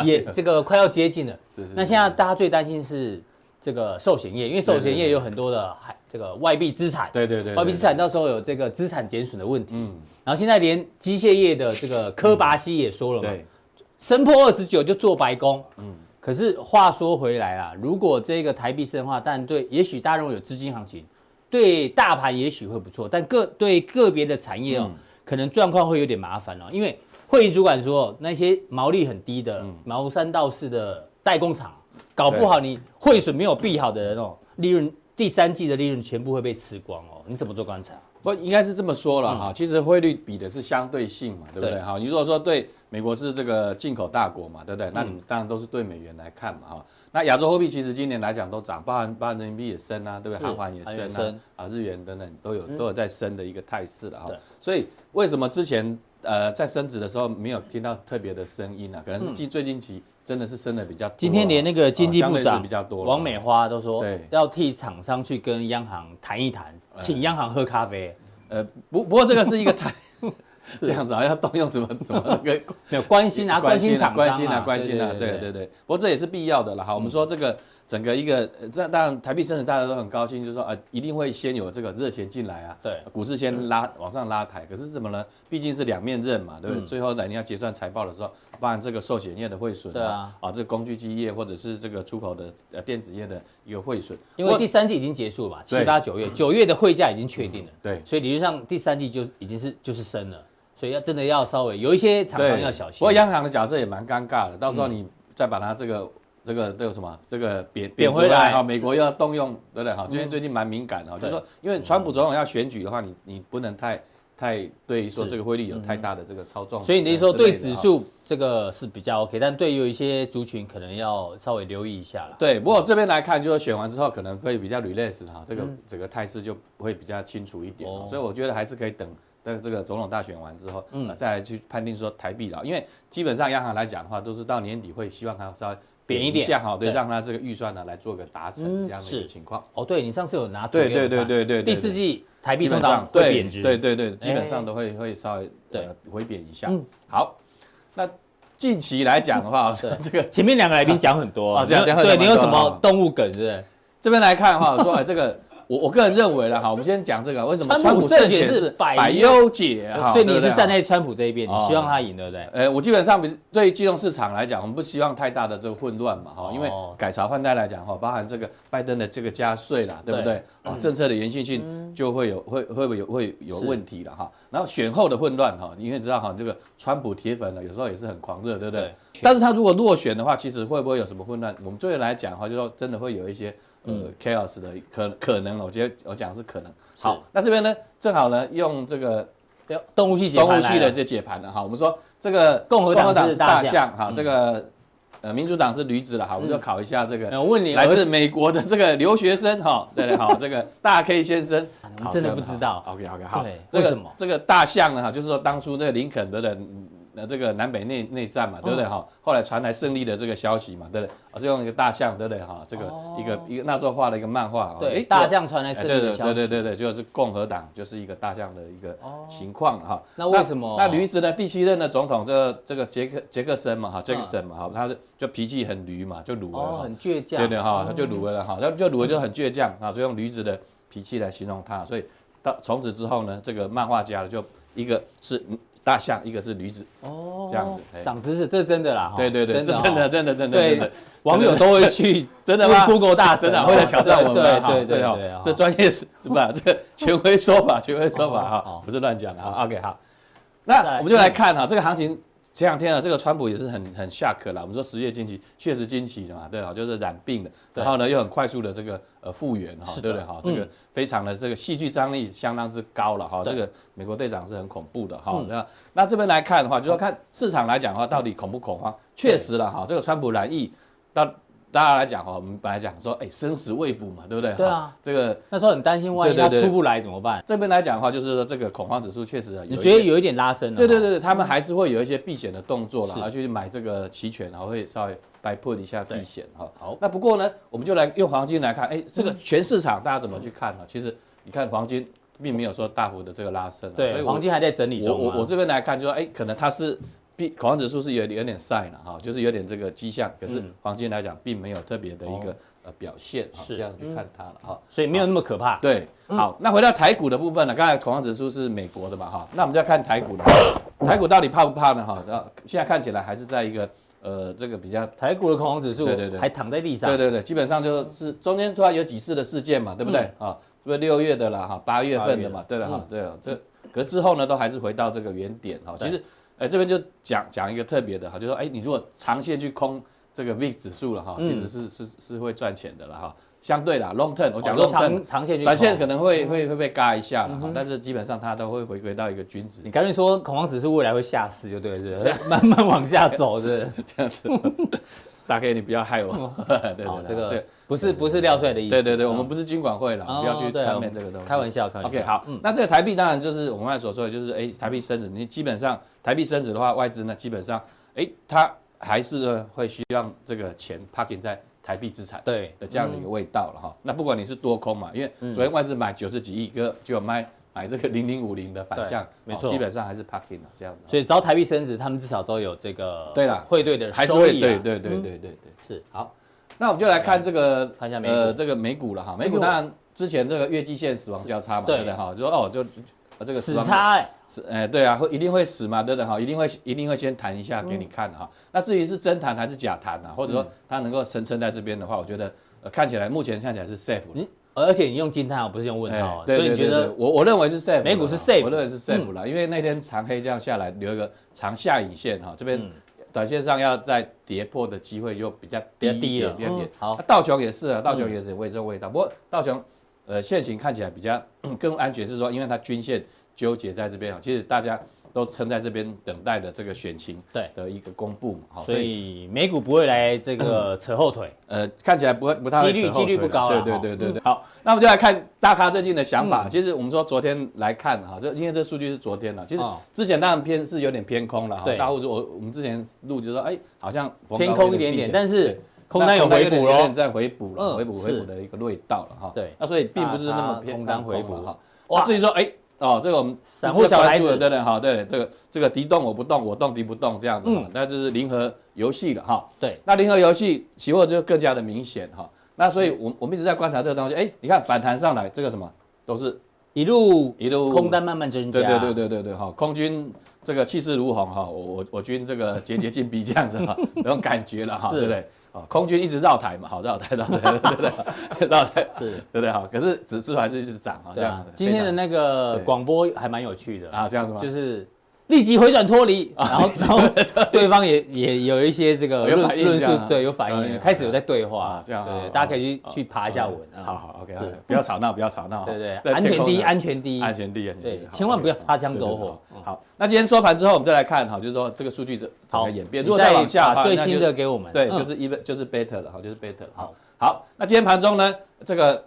[SPEAKER 2] 也这个快要接近了。
[SPEAKER 5] 是是。
[SPEAKER 2] 那
[SPEAKER 5] 是
[SPEAKER 2] 现在
[SPEAKER 5] 是
[SPEAKER 2] 大家最担心是这个寿险业，因为寿险业有很多的海这个外币资产，
[SPEAKER 5] 对对对，
[SPEAKER 2] 外币
[SPEAKER 5] 对
[SPEAKER 2] 资产，到时候有这个资产减损的问题。
[SPEAKER 5] 嗯，
[SPEAKER 2] 然后现在连机械业的这个科巴西也说了嘛，
[SPEAKER 5] 对，
[SPEAKER 2] 升破二十九就做白工。
[SPEAKER 5] 嗯，
[SPEAKER 2] 可是话说回来啦，如果这个台币升的话，但对也许大家认为有资金行情，对大盘也许会不错，但个对个别的产业哦，
[SPEAKER 5] 嗯
[SPEAKER 2] 可能状况会有点麻烦哦，因为会议主管说那些毛利很低的、
[SPEAKER 5] 嗯
[SPEAKER 2] 毛三到四的代工厂，搞不好你汇损没有避好的人哦，利润第三季的利润全部会被吃光哦，你怎么做观察？
[SPEAKER 5] 不应该是这么说了哈。其实汇率比的是相对性嘛，对不对？
[SPEAKER 2] 嗯对
[SPEAKER 5] 哈，你如果说对美国是这个进口大国嘛，对不对？
[SPEAKER 2] 嗯
[SPEAKER 5] 那你当然都是对美元来看嘛哈。那亚洲货币其实今年来讲都涨，包含包含人民币也升啊，对不对？
[SPEAKER 2] 是
[SPEAKER 5] 韩环也
[SPEAKER 2] 韩元
[SPEAKER 5] 升啊
[SPEAKER 2] 升，嗯
[SPEAKER 5] 啊日元等等都有都有在升的一个态势了哈
[SPEAKER 2] 对。
[SPEAKER 5] 所以为什么之前呃在升值的时候没有听到特别的声音啊？可能是近最近期真的是升的比较多
[SPEAKER 2] 嗯
[SPEAKER 5] 啊。
[SPEAKER 2] 今天连那个经济
[SPEAKER 5] 啊相
[SPEAKER 2] 部
[SPEAKER 5] 对是
[SPEAKER 2] 长
[SPEAKER 5] 比较多了，
[SPEAKER 2] 王美花都说
[SPEAKER 5] 对哎
[SPEAKER 2] 要替厂商去跟央行谈一谈，请央行喝咖啡，
[SPEAKER 5] 呃，不不过这个是一个 太这样子啊，要动用什么什么那个
[SPEAKER 2] 没有关心啊，关心厂商啊，
[SPEAKER 5] 关心啊，关心啊，
[SPEAKER 2] 对嗯
[SPEAKER 5] 对对对。不过这也是必要的了哈。我们说这个整个一个，呃这当然台币升值大家都很高兴，就是说啊，一定会先有这个热钱进来啊，
[SPEAKER 2] 对
[SPEAKER 5] 股市先拉往上拉抬。可是怎么呢？毕竟是两面刃嘛，对不
[SPEAKER 2] 嗯
[SPEAKER 5] 对？最后呢，你要结算财报的时候，包含这个寿险业的汇损，
[SPEAKER 2] 对啊，
[SPEAKER 5] 啊，这个工具机业或者是这个出口的呃电子业的一个汇损，
[SPEAKER 2] 因
[SPEAKER 5] 不
[SPEAKER 2] 为
[SPEAKER 5] 过
[SPEAKER 2] 第三季已经结束了嘛，七
[SPEAKER 5] 对
[SPEAKER 2] 八九月，九月的汇价已经确定了，
[SPEAKER 5] 对
[SPEAKER 2] 所以理论上第三季就已经是就是升了，所以要真的要稍微有一些厂商
[SPEAKER 5] 对，
[SPEAKER 2] 要小心。嗯
[SPEAKER 5] 不过央行的角色也蛮尴尬的，到时候你再把它这个。这个这个什么？这个贬
[SPEAKER 2] 贬回
[SPEAKER 5] 值
[SPEAKER 2] 来嗯
[SPEAKER 5] 哈，美国又要动用，对不对？哈，最近最近蛮敏感的哈，就
[SPEAKER 2] 对
[SPEAKER 5] 是说，因为川普总统要选举的话，你你不能太太对于说
[SPEAKER 2] 是嗯
[SPEAKER 5] 这个汇率有太大的这个操纵。
[SPEAKER 2] 所以你的意思说
[SPEAKER 5] 呃之类
[SPEAKER 2] 对
[SPEAKER 5] 的
[SPEAKER 2] 指
[SPEAKER 5] 哈
[SPEAKER 2] 数这个是比较 OK，但对于有一些族群可能要稍微留意一下啦。
[SPEAKER 5] 对，不过这边来看，就是选完之后可能会比较 relax 哈，这个整个态势就会比较清楚一点哈
[SPEAKER 2] 嗯哦，
[SPEAKER 5] 所以我觉得还是可以等。这个这个总统大选完之后，
[SPEAKER 2] 嗯
[SPEAKER 5] 嗯，再来去判定说台币了，因为基本上央行来讲的话，都是到年底会希望它稍微
[SPEAKER 2] 贬一
[SPEAKER 5] 一
[SPEAKER 2] 点
[SPEAKER 5] 下哈，对，
[SPEAKER 2] 对
[SPEAKER 5] 让它这个预算呢来做个达
[SPEAKER 2] 嗯
[SPEAKER 5] 成这样的一
[SPEAKER 2] 是
[SPEAKER 5] 个情况。
[SPEAKER 2] 哦，对你上次有拿图
[SPEAKER 5] 对
[SPEAKER 2] 给我
[SPEAKER 5] 对对
[SPEAKER 2] 看
[SPEAKER 5] 对对对
[SPEAKER 2] 第
[SPEAKER 5] 对
[SPEAKER 2] 四季台币
[SPEAKER 5] 基
[SPEAKER 2] 通
[SPEAKER 5] 本
[SPEAKER 2] 常
[SPEAKER 5] 上
[SPEAKER 2] 会
[SPEAKER 5] 对
[SPEAKER 2] 贬值，
[SPEAKER 5] 对对对，基本上
[SPEAKER 2] 哎
[SPEAKER 5] 都会会稍微
[SPEAKER 2] 对
[SPEAKER 5] 呃回贬一下
[SPEAKER 2] 嗯。
[SPEAKER 5] 好，那近期来讲 的话，
[SPEAKER 2] 对
[SPEAKER 5] 这个
[SPEAKER 2] 前面两个来宾讲很多，
[SPEAKER 5] 哦
[SPEAKER 2] 你有
[SPEAKER 5] 讲讲很多
[SPEAKER 2] 对你有什
[SPEAKER 5] 蛮多哦
[SPEAKER 2] 么
[SPEAKER 5] 的
[SPEAKER 2] 动物梗是不是？
[SPEAKER 5] 这边来看哈，说哎这个。我我个人认为了哈，我们先讲这个为什么
[SPEAKER 2] 川
[SPEAKER 5] 川
[SPEAKER 2] 普
[SPEAKER 5] 普
[SPEAKER 2] 胜
[SPEAKER 5] 胜
[SPEAKER 2] 选
[SPEAKER 5] 选
[SPEAKER 2] 是
[SPEAKER 5] 是
[SPEAKER 2] 百呃
[SPEAKER 5] 百
[SPEAKER 2] 忧
[SPEAKER 5] 忧解哈，
[SPEAKER 2] 所以你
[SPEAKER 5] 对不
[SPEAKER 2] 是
[SPEAKER 5] 对
[SPEAKER 2] 站在川普这一边，你
[SPEAKER 5] 哦
[SPEAKER 2] 希望他赢，对不对？
[SPEAKER 5] 呃，我基本上比对于金融市场来讲，我们不希望太大的这个混乱嘛，哈，因为
[SPEAKER 2] 哦
[SPEAKER 5] 改朝换代来讲，哈，包含这个拜登的这个加税啦，对不
[SPEAKER 2] 对嗯
[SPEAKER 5] 对？啊，政策的延续性就会有会会不会有会有
[SPEAKER 2] 是
[SPEAKER 5] 问题了哈。然后选后的混乱哈，因为知道哈，这个川普铁粉呢，有时候也是很狂热，对不
[SPEAKER 2] 对
[SPEAKER 5] 对？但是他如果落选的话，其实会不会有什么混乱？我们最后来讲的话，就说真的会有一些呃
[SPEAKER 2] 嗯
[SPEAKER 5] chaos 的可可能了，我觉得我讲的是可能。好，那这边呢，正好呢，用这个
[SPEAKER 2] 动物系解
[SPEAKER 5] 东
[SPEAKER 2] 盘
[SPEAKER 5] 欧
[SPEAKER 2] 来
[SPEAKER 5] 系的
[SPEAKER 2] 了，
[SPEAKER 5] 这解盘了哈。我们说这个
[SPEAKER 2] 共和党是
[SPEAKER 5] 是大
[SPEAKER 2] 大嗯象
[SPEAKER 5] 象哈，这个呃民主党是驴子了哈，我们就考一下这
[SPEAKER 2] 没有
[SPEAKER 5] 个
[SPEAKER 2] 我呃问你，
[SPEAKER 5] 来
[SPEAKER 2] 儿
[SPEAKER 5] 自
[SPEAKER 2] 子
[SPEAKER 5] 美国的这个留学生 哈，对对好，这个大 K 先生
[SPEAKER 2] 啊，我们真的不知道
[SPEAKER 5] OK OK 好
[SPEAKER 2] 对，
[SPEAKER 5] 这
[SPEAKER 2] 为
[SPEAKER 5] 个
[SPEAKER 2] 什么
[SPEAKER 5] 这个大象呢哈，就是说当初这个林肯的人。呃，这个南北内内战
[SPEAKER 2] 嗯
[SPEAKER 5] 嘛，对不对哈？后来传来胜利的这个消息嘛，对不对？啊，是用一个大象，对不对哈？这个一个一个那时候画了一个漫画啊，
[SPEAKER 2] 哦对
[SPEAKER 5] 诶
[SPEAKER 2] 大
[SPEAKER 5] 就
[SPEAKER 2] 象传来胜
[SPEAKER 5] 哎
[SPEAKER 2] 利
[SPEAKER 5] 对
[SPEAKER 2] 的消
[SPEAKER 5] 对
[SPEAKER 2] 息，
[SPEAKER 5] 对对对对，就是共和党就是一个大象的一个情况了哈。
[SPEAKER 2] 哦那为什么
[SPEAKER 5] 那驴子呢？第七任的总统这个这个杰克杰克森嘛哈，杰克森嘛哈，他是就脾气很驴嘛，就鲁了
[SPEAKER 2] 哦，
[SPEAKER 5] 哈。
[SPEAKER 2] 很倔强，
[SPEAKER 5] 对对哈，
[SPEAKER 2] 哦
[SPEAKER 5] 他就鲁了哈，他就鲁了就很倔强啊，就用驴子的脾气来形容他。所以到从此之后呢，这个漫画家呢就一个是大象，一个是驴子，
[SPEAKER 2] 哦
[SPEAKER 5] 这样子哎
[SPEAKER 2] 长知识，这是真的啦，哈
[SPEAKER 5] 对对对，这
[SPEAKER 2] 哦
[SPEAKER 5] 真的真的真的
[SPEAKER 2] 对
[SPEAKER 5] 真的，
[SPEAKER 2] 网友都会去
[SPEAKER 5] 真的吗
[SPEAKER 2] Google 大神
[SPEAKER 5] 真的
[SPEAKER 2] 哦
[SPEAKER 5] 会来挑战我们哈，
[SPEAKER 2] 对对对
[SPEAKER 5] 哦
[SPEAKER 2] 对，哦
[SPEAKER 5] 这专业是是吧？这权威说法，权威说
[SPEAKER 2] 哦
[SPEAKER 5] 法
[SPEAKER 2] 哦
[SPEAKER 5] 哈，不是乱讲的哈。OK 好，
[SPEAKER 2] 再
[SPEAKER 5] 那
[SPEAKER 2] 来嗯
[SPEAKER 5] 我们就来看哈，这个行情前两天啊，这个川普也是很很下课了。我们说十月经济确实惊奇的嘛，对哈，就是染病的，
[SPEAKER 2] 对
[SPEAKER 5] 然后呢又很快速的这个呃复原哈
[SPEAKER 2] 是，的嗯
[SPEAKER 5] 对不对哈？这个非常的这个戏剧张力相当之高了哈。
[SPEAKER 2] 对
[SPEAKER 5] 这个美国队长是很恐怖的哈
[SPEAKER 2] 嗯。
[SPEAKER 5] 那那这边来看的话，就
[SPEAKER 2] 哦
[SPEAKER 5] 要看市场来讲的话，到底恐不恐慌？确实了哈，这个川普染疫到。大家来讲哈，我们本来讲说，哎、生死未卜嘛，对不对？
[SPEAKER 2] 对啊
[SPEAKER 5] 哈，这个
[SPEAKER 2] 那时候很担心，万一
[SPEAKER 5] 对对
[SPEAKER 2] 他
[SPEAKER 5] 对
[SPEAKER 2] 出不来怎么办？
[SPEAKER 5] 这边来讲的话，就是说这个恐慌指数确实有一
[SPEAKER 2] 你
[SPEAKER 5] 点
[SPEAKER 2] 觉得有一点拉伸了？
[SPEAKER 5] 对对
[SPEAKER 2] 哈
[SPEAKER 5] 对，对他们还是会有一些避险的动作
[SPEAKER 2] 哦
[SPEAKER 5] 啦，
[SPEAKER 2] 嗯是
[SPEAKER 5] 而去买这个期权，然后会稍微摆破一下避险哈。
[SPEAKER 2] 好嗯
[SPEAKER 5] 那不过呢，我们就来用黄金来看，哎，这个全市场大家怎么去看呢？其实你看黄金并没有说大幅的这个拉升啊，
[SPEAKER 2] 对，
[SPEAKER 5] 我
[SPEAKER 2] 黄金还在整理
[SPEAKER 5] 我
[SPEAKER 2] 中嘛。
[SPEAKER 5] 我我这边来看，就说哎，可能它是比恐慌指数是有点有点 sign 了哈，就是有点这个迹象，可是
[SPEAKER 2] 嗯哦
[SPEAKER 5] 黄金来讲并没有特别的一个呃表现，哈
[SPEAKER 2] 是嗯
[SPEAKER 5] 这样去看它了哈。
[SPEAKER 2] 所以没有那么可怕。
[SPEAKER 5] 对，好，那回到台股的部分呢，刚才恐慌指数是美国的嘛，哈，那我们就要看台股了，台股到底怕不怕呢？哈，那现在看起来还是在一个呃这个比较。
[SPEAKER 2] 台股的恐慌指数
[SPEAKER 5] 对对对
[SPEAKER 2] 还躺在地上。
[SPEAKER 5] 对对对，基本上就是中间突然有几次的事件嘛，对不对
[SPEAKER 2] 嗯
[SPEAKER 5] 啊？是不是六月的啦哈，八月份的嘛，对了哈，对了，这可是之后呢，都还是回到这个原点哈。
[SPEAKER 2] 对
[SPEAKER 5] 其实，呃，这边就讲讲一个特别的哈，就说哎，你如果长线去空这个 VIX 指数了哈，
[SPEAKER 2] 嗯
[SPEAKER 5] 其实是是是会赚钱的了哈。相对啦，long term 我讲
[SPEAKER 2] 说
[SPEAKER 5] long
[SPEAKER 2] 哦长
[SPEAKER 5] term，
[SPEAKER 2] 长线去嗯
[SPEAKER 5] 短线
[SPEAKER 2] 投
[SPEAKER 5] 可能会会会被嘎一下啦，哈但是基本上它都会回归到一个均值
[SPEAKER 2] 你干脆说恐慌指数未来会下市就对了是不
[SPEAKER 5] 啊
[SPEAKER 2] 是，慢慢往下走是不是。
[SPEAKER 5] 这 样子。大 K，你不要害我。对
[SPEAKER 2] 好，
[SPEAKER 5] 对
[SPEAKER 2] 哦这
[SPEAKER 5] 对，
[SPEAKER 2] 个不是不是廖帅的意思。
[SPEAKER 5] 对对对，我们
[SPEAKER 2] 嗯
[SPEAKER 5] 不是金管会啦，
[SPEAKER 2] 哦
[SPEAKER 5] 不要去
[SPEAKER 2] 对
[SPEAKER 5] 看
[SPEAKER 2] 我
[SPEAKER 5] 面
[SPEAKER 2] 们
[SPEAKER 5] 这个东西。
[SPEAKER 2] 开玩笑，开玩笑。
[SPEAKER 5] OK，好，
[SPEAKER 2] 嗯，
[SPEAKER 5] 那这个台币当然就是我们刚才所说的，就是哎、台币升值，你基本上台币升值的话，外资呢基本上哎、它还是会需要这个钱 parking 在台币资产
[SPEAKER 2] 对，
[SPEAKER 5] 的这样的一个味道了哈、那不管你是多空嘛，因为
[SPEAKER 2] 嗯
[SPEAKER 5] 昨天外资买九十几亿个，就有卖买这个零零五零的反向，
[SPEAKER 2] 对没
[SPEAKER 5] 哦
[SPEAKER 2] 错
[SPEAKER 5] 基本上还是 parking 了这样的，
[SPEAKER 2] 所以只要台币升值，他们至少都有这个
[SPEAKER 5] 对啦
[SPEAKER 2] 汇兑的
[SPEAKER 5] 还是
[SPEAKER 2] 收益
[SPEAKER 5] 会
[SPEAKER 2] 啊
[SPEAKER 5] 对对对对对对。
[SPEAKER 2] 是嗯
[SPEAKER 5] 好，那我们就来看这个
[SPEAKER 2] 看一下美股
[SPEAKER 5] 呃这个美股了哈，美
[SPEAKER 2] 美
[SPEAKER 5] 股
[SPEAKER 2] 股
[SPEAKER 5] 当然之前这个月季线死亡交叉嘛，
[SPEAKER 2] 对
[SPEAKER 5] 对不对哈？就说哦就。呃这个
[SPEAKER 2] 死
[SPEAKER 5] 死亡
[SPEAKER 2] 差哎，
[SPEAKER 5] 是，哎，对啊，会一定会死嘛，对不对？哈，一定会，一定会先谈一下给你看哈、那至于是真谈还是假谈啊，或者说它能够神撑在这边的话，我觉得呃看起来目前看起来是 safe 了。
[SPEAKER 2] 嗯而且你用惊叹号不是用问号啊，所
[SPEAKER 5] 哎对
[SPEAKER 2] 以
[SPEAKER 5] 对
[SPEAKER 2] 你觉
[SPEAKER 5] 对对
[SPEAKER 2] 得，
[SPEAKER 5] 我我认为是 safe，
[SPEAKER 2] 美股是
[SPEAKER 5] 啦
[SPEAKER 2] safe 嗯
[SPEAKER 5] 我认为是 safe 啦，因为那天长黑这样下来留一个长下影线哈，这边
[SPEAKER 2] 嗯
[SPEAKER 5] 短线上要再跌破的机会就比较低一
[SPEAKER 2] 比较低了
[SPEAKER 5] 点，比较低
[SPEAKER 2] 嗯。好嗯
[SPEAKER 5] 那道琼也是啊，道琼也是味这个味道，不过道琼呃现行看起来比较嗯更安全，是说因为它均线纠结在这边啊，其实大家都撑在这边等待的这个选情
[SPEAKER 2] 对
[SPEAKER 5] 的一个公布嘛，好
[SPEAKER 2] 所以美股不会来这 个扯后腿，
[SPEAKER 5] 呃，看起来不会不太会
[SPEAKER 2] 几率
[SPEAKER 5] 扯后腿
[SPEAKER 2] 几率不高啦嗯
[SPEAKER 5] 对对对
[SPEAKER 2] 哦
[SPEAKER 5] 对对。好，那我们就来看大咖最近的想法。其实我们说昨天来看哈，这因为这数据是昨天了，啊其实
[SPEAKER 2] 哦
[SPEAKER 5] 之前当然偏是有点偏空了哈
[SPEAKER 2] 对。
[SPEAKER 5] 大户哦我我们之前录就说，哎，好像逢高
[SPEAKER 2] 偏空一
[SPEAKER 5] 有
[SPEAKER 2] 点点，
[SPEAKER 5] 避险
[SPEAKER 2] 但
[SPEAKER 5] 对
[SPEAKER 2] 是空单有回补
[SPEAKER 5] 那空单有点
[SPEAKER 2] 喽。
[SPEAKER 5] 在回补了，
[SPEAKER 2] 嗯
[SPEAKER 5] 回补
[SPEAKER 2] 是
[SPEAKER 5] 回补的一个味道了哈。
[SPEAKER 2] 对
[SPEAKER 5] 那所以并不是那么
[SPEAKER 2] 大咖
[SPEAKER 5] 偏
[SPEAKER 2] 空单回补
[SPEAKER 5] 了哈。
[SPEAKER 2] 哇
[SPEAKER 5] 哇，至于说哎。哦，这个我们
[SPEAKER 2] 散户小孩子
[SPEAKER 5] 关注的对对好，对这个这个敌动我不动，我动敌不动这样子哈
[SPEAKER 2] 嗯，
[SPEAKER 5] 那这是零和游戏了哈。
[SPEAKER 2] 对，
[SPEAKER 5] 那零和游戏期货就更加的明显哈。那所
[SPEAKER 2] 嗯
[SPEAKER 5] 以我，我们一直在观察这个东西。哎、你看反弹上来，这个什么都是
[SPEAKER 2] 一路
[SPEAKER 5] 一路
[SPEAKER 2] 空单慢慢增加，啊
[SPEAKER 5] 对对对对对对哈，空军这个气势如虹哈，我我我军这个节节进逼这样子 哈，那种感觉了哈，
[SPEAKER 2] 是
[SPEAKER 5] 对不对？啊，空军一直绕台嘛，好绕台绕台 对不对？绕台
[SPEAKER 2] 是
[SPEAKER 5] 对不对？哈，可是指数还是一直涨啊，这
[SPEAKER 2] 对
[SPEAKER 5] 样
[SPEAKER 2] 啊
[SPEAKER 5] 子。。
[SPEAKER 2] 今天的那个
[SPEAKER 5] 对
[SPEAKER 2] 广播还蛮有趣的
[SPEAKER 5] 非常啊这样子吗？就
[SPEAKER 2] 就是是立即回转脱离，
[SPEAKER 5] 啊
[SPEAKER 2] 然后然后对方也也有一些这个
[SPEAKER 5] 有
[SPEAKER 2] 论
[SPEAKER 5] 反应
[SPEAKER 2] 论
[SPEAKER 5] 这样
[SPEAKER 2] 述
[SPEAKER 5] 啊，
[SPEAKER 2] 对，有反
[SPEAKER 5] 哎呀
[SPEAKER 2] 应，开始有在对话
[SPEAKER 5] 啊，这样啊
[SPEAKER 2] 对，
[SPEAKER 5] 啊
[SPEAKER 2] 大家可以去
[SPEAKER 5] 啊
[SPEAKER 2] 去爬一下文啊，
[SPEAKER 5] 好，好，OK，好不要吵闹，不要吵闹，
[SPEAKER 2] 对对，
[SPEAKER 5] 在
[SPEAKER 2] 安
[SPEAKER 5] 天
[SPEAKER 2] 全
[SPEAKER 5] 空
[SPEAKER 2] 第一，
[SPEAKER 5] 上
[SPEAKER 2] 安全第一，
[SPEAKER 5] 安全第一，安全
[SPEAKER 2] 对
[SPEAKER 5] 第一好
[SPEAKER 2] 千万不要
[SPEAKER 5] OK，
[SPEAKER 2] 擦枪
[SPEAKER 5] 对对
[SPEAKER 2] 走
[SPEAKER 5] 对
[SPEAKER 2] 火嗯
[SPEAKER 5] 好好，那今天收盘之后，我们再来看哈，就是说这个数据的整
[SPEAKER 2] 好，
[SPEAKER 5] 个演变，
[SPEAKER 2] 你
[SPEAKER 5] 如果再
[SPEAKER 2] 再
[SPEAKER 5] 往下
[SPEAKER 2] 把
[SPEAKER 5] 的话，
[SPEAKER 2] 最
[SPEAKER 5] 那
[SPEAKER 2] 新
[SPEAKER 5] 就
[SPEAKER 2] 的给我们，
[SPEAKER 5] 对，
[SPEAKER 2] 嗯
[SPEAKER 5] 就是 even 就是 better 了哈，就是 better 了。
[SPEAKER 2] 好
[SPEAKER 5] 好，好，那今天盘中呢，这个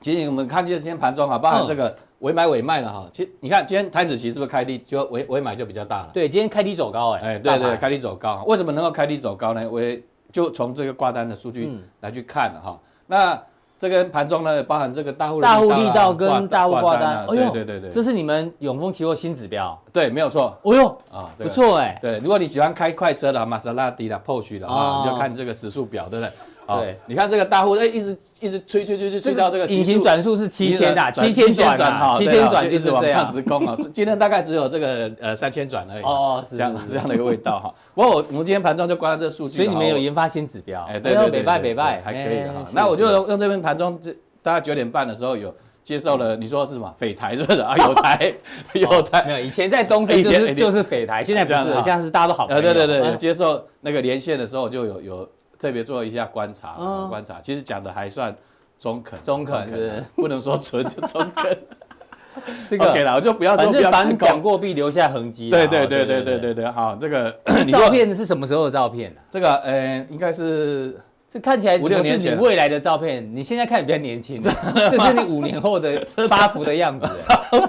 [SPEAKER 5] 其实我们看今天盘中啊哈，包含
[SPEAKER 2] 嗯
[SPEAKER 5] 这个尾买尾卖了哈。其实你看今天台子期是不是开低就尾尾买就比较大了？
[SPEAKER 2] 对，今天开低走高，哎，
[SPEAKER 5] 哎，对
[SPEAKER 2] 大
[SPEAKER 5] 对，
[SPEAKER 2] 盘
[SPEAKER 5] 开低走高。为什么能够开低走高呢？我也就从这个挂单的数据
[SPEAKER 2] 嗯
[SPEAKER 5] 来去看了哈。那这个盘中呢，包含这个大户的
[SPEAKER 2] 大户
[SPEAKER 5] 啊
[SPEAKER 2] 力道跟大户挂
[SPEAKER 5] 啊
[SPEAKER 2] 单，哎
[SPEAKER 5] 对
[SPEAKER 2] 呦，
[SPEAKER 5] 对对对，
[SPEAKER 2] 这是你们永丰期货新指标，
[SPEAKER 5] 对，没有错
[SPEAKER 2] 哎呦，
[SPEAKER 5] 啊，这
[SPEAKER 2] 不
[SPEAKER 5] 个
[SPEAKER 2] 错哎，
[SPEAKER 5] 对，如果你喜欢开快车的玛莎拉蒂的、Porsche 的
[SPEAKER 2] 哦
[SPEAKER 5] 啊，你就看这个时速表，对不对？好
[SPEAKER 2] 对
[SPEAKER 5] 你看这个大户，哎，一直一直吹吹吹吹吹到这个
[SPEAKER 2] 引擎转速是七千啊，七千转啊，七千转
[SPEAKER 5] 就
[SPEAKER 2] 就
[SPEAKER 5] 一
[SPEAKER 2] 是
[SPEAKER 5] 直往
[SPEAKER 2] 这
[SPEAKER 5] 上
[SPEAKER 2] 样，
[SPEAKER 5] 直攻啊。今天大概只有这个呃三千转而已。哦，
[SPEAKER 2] 哦，是
[SPEAKER 5] 这样
[SPEAKER 2] 是
[SPEAKER 5] 这样的一个味道哈。不过我我们今天盘中就关了这数据
[SPEAKER 2] 所
[SPEAKER 5] 了，
[SPEAKER 2] 以你们
[SPEAKER 5] 哈
[SPEAKER 2] 有研发新指标，
[SPEAKER 5] 哎，对
[SPEAKER 2] 哎呦
[SPEAKER 5] 对对，
[SPEAKER 2] 北拜
[SPEAKER 5] 对
[SPEAKER 2] 北拜，
[SPEAKER 5] 还可以的
[SPEAKER 2] 哎
[SPEAKER 5] 哈
[SPEAKER 2] 是。
[SPEAKER 5] 那我就是用用这边盘中，这大概九点半的时候有接受了，你说是什么？匪台是不是啊？有 台有台
[SPEAKER 2] 哦
[SPEAKER 5] 哎
[SPEAKER 2] 没有，以前在 东升
[SPEAKER 5] 以
[SPEAKER 2] 就
[SPEAKER 5] 前
[SPEAKER 2] 是
[SPEAKER 5] 以前
[SPEAKER 2] 就是匪台，现在不
[SPEAKER 5] 这样
[SPEAKER 2] 是
[SPEAKER 5] 子
[SPEAKER 2] 了，
[SPEAKER 5] 啊
[SPEAKER 2] 现在是大家都好朋
[SPEAKER 5] 呃，
[SPEAKER 2] 友。
[SPEAKER 5] 对对对，有
[SPEAKER 2] 嗯
[SPEAKER 5] 接受那个连线的时候，就有有特别做一下观察，
[SPEAKER 2] 嗯
[SPEAKER 5] 啊观察，其实讲的还算中肯，
[SPEAKER 2] 中肯是不是
[SPEAKER 5] 啊 不能说纯就中肯。
[SPEAKER 2] 这
[SPEAKER 5] OK
[SPEAKER 2] 个
[SPEAKER 5] 啦，我就不要说
[SPEAKER 2] 反
[SPEAKER 5] 不要
[SPEAKER 2] 正
[SPEAKER 5] 太
[SPEAKER 2] 凡
[SPEAKER 5] 高
[SPEAKER 2] 讲。过必留下痕迹啦。
[SPEAKER 5] 对
[SPEAKER 2] 哦
[SPEAKER 5] 对对对对对对，好，这个你
[SPEAKER 2] 照
[SPEAKER 5] 说
[SPEAKER 2] 片是什么时候的照片啊？
[SPEAKER 5] 这个呃，应该是
[SPEAKER 2] 这看起来
[SPEAKER 5] 五六
[SPEAKER 2] 不是
[SPEAKER 5] 年
[SPEAKER 2] 你
[SPEAKER 5] 前
[SPEAKER 2] 未来的照片，你现在看比较年轻，啊 这是你五年后的发福的样子，啊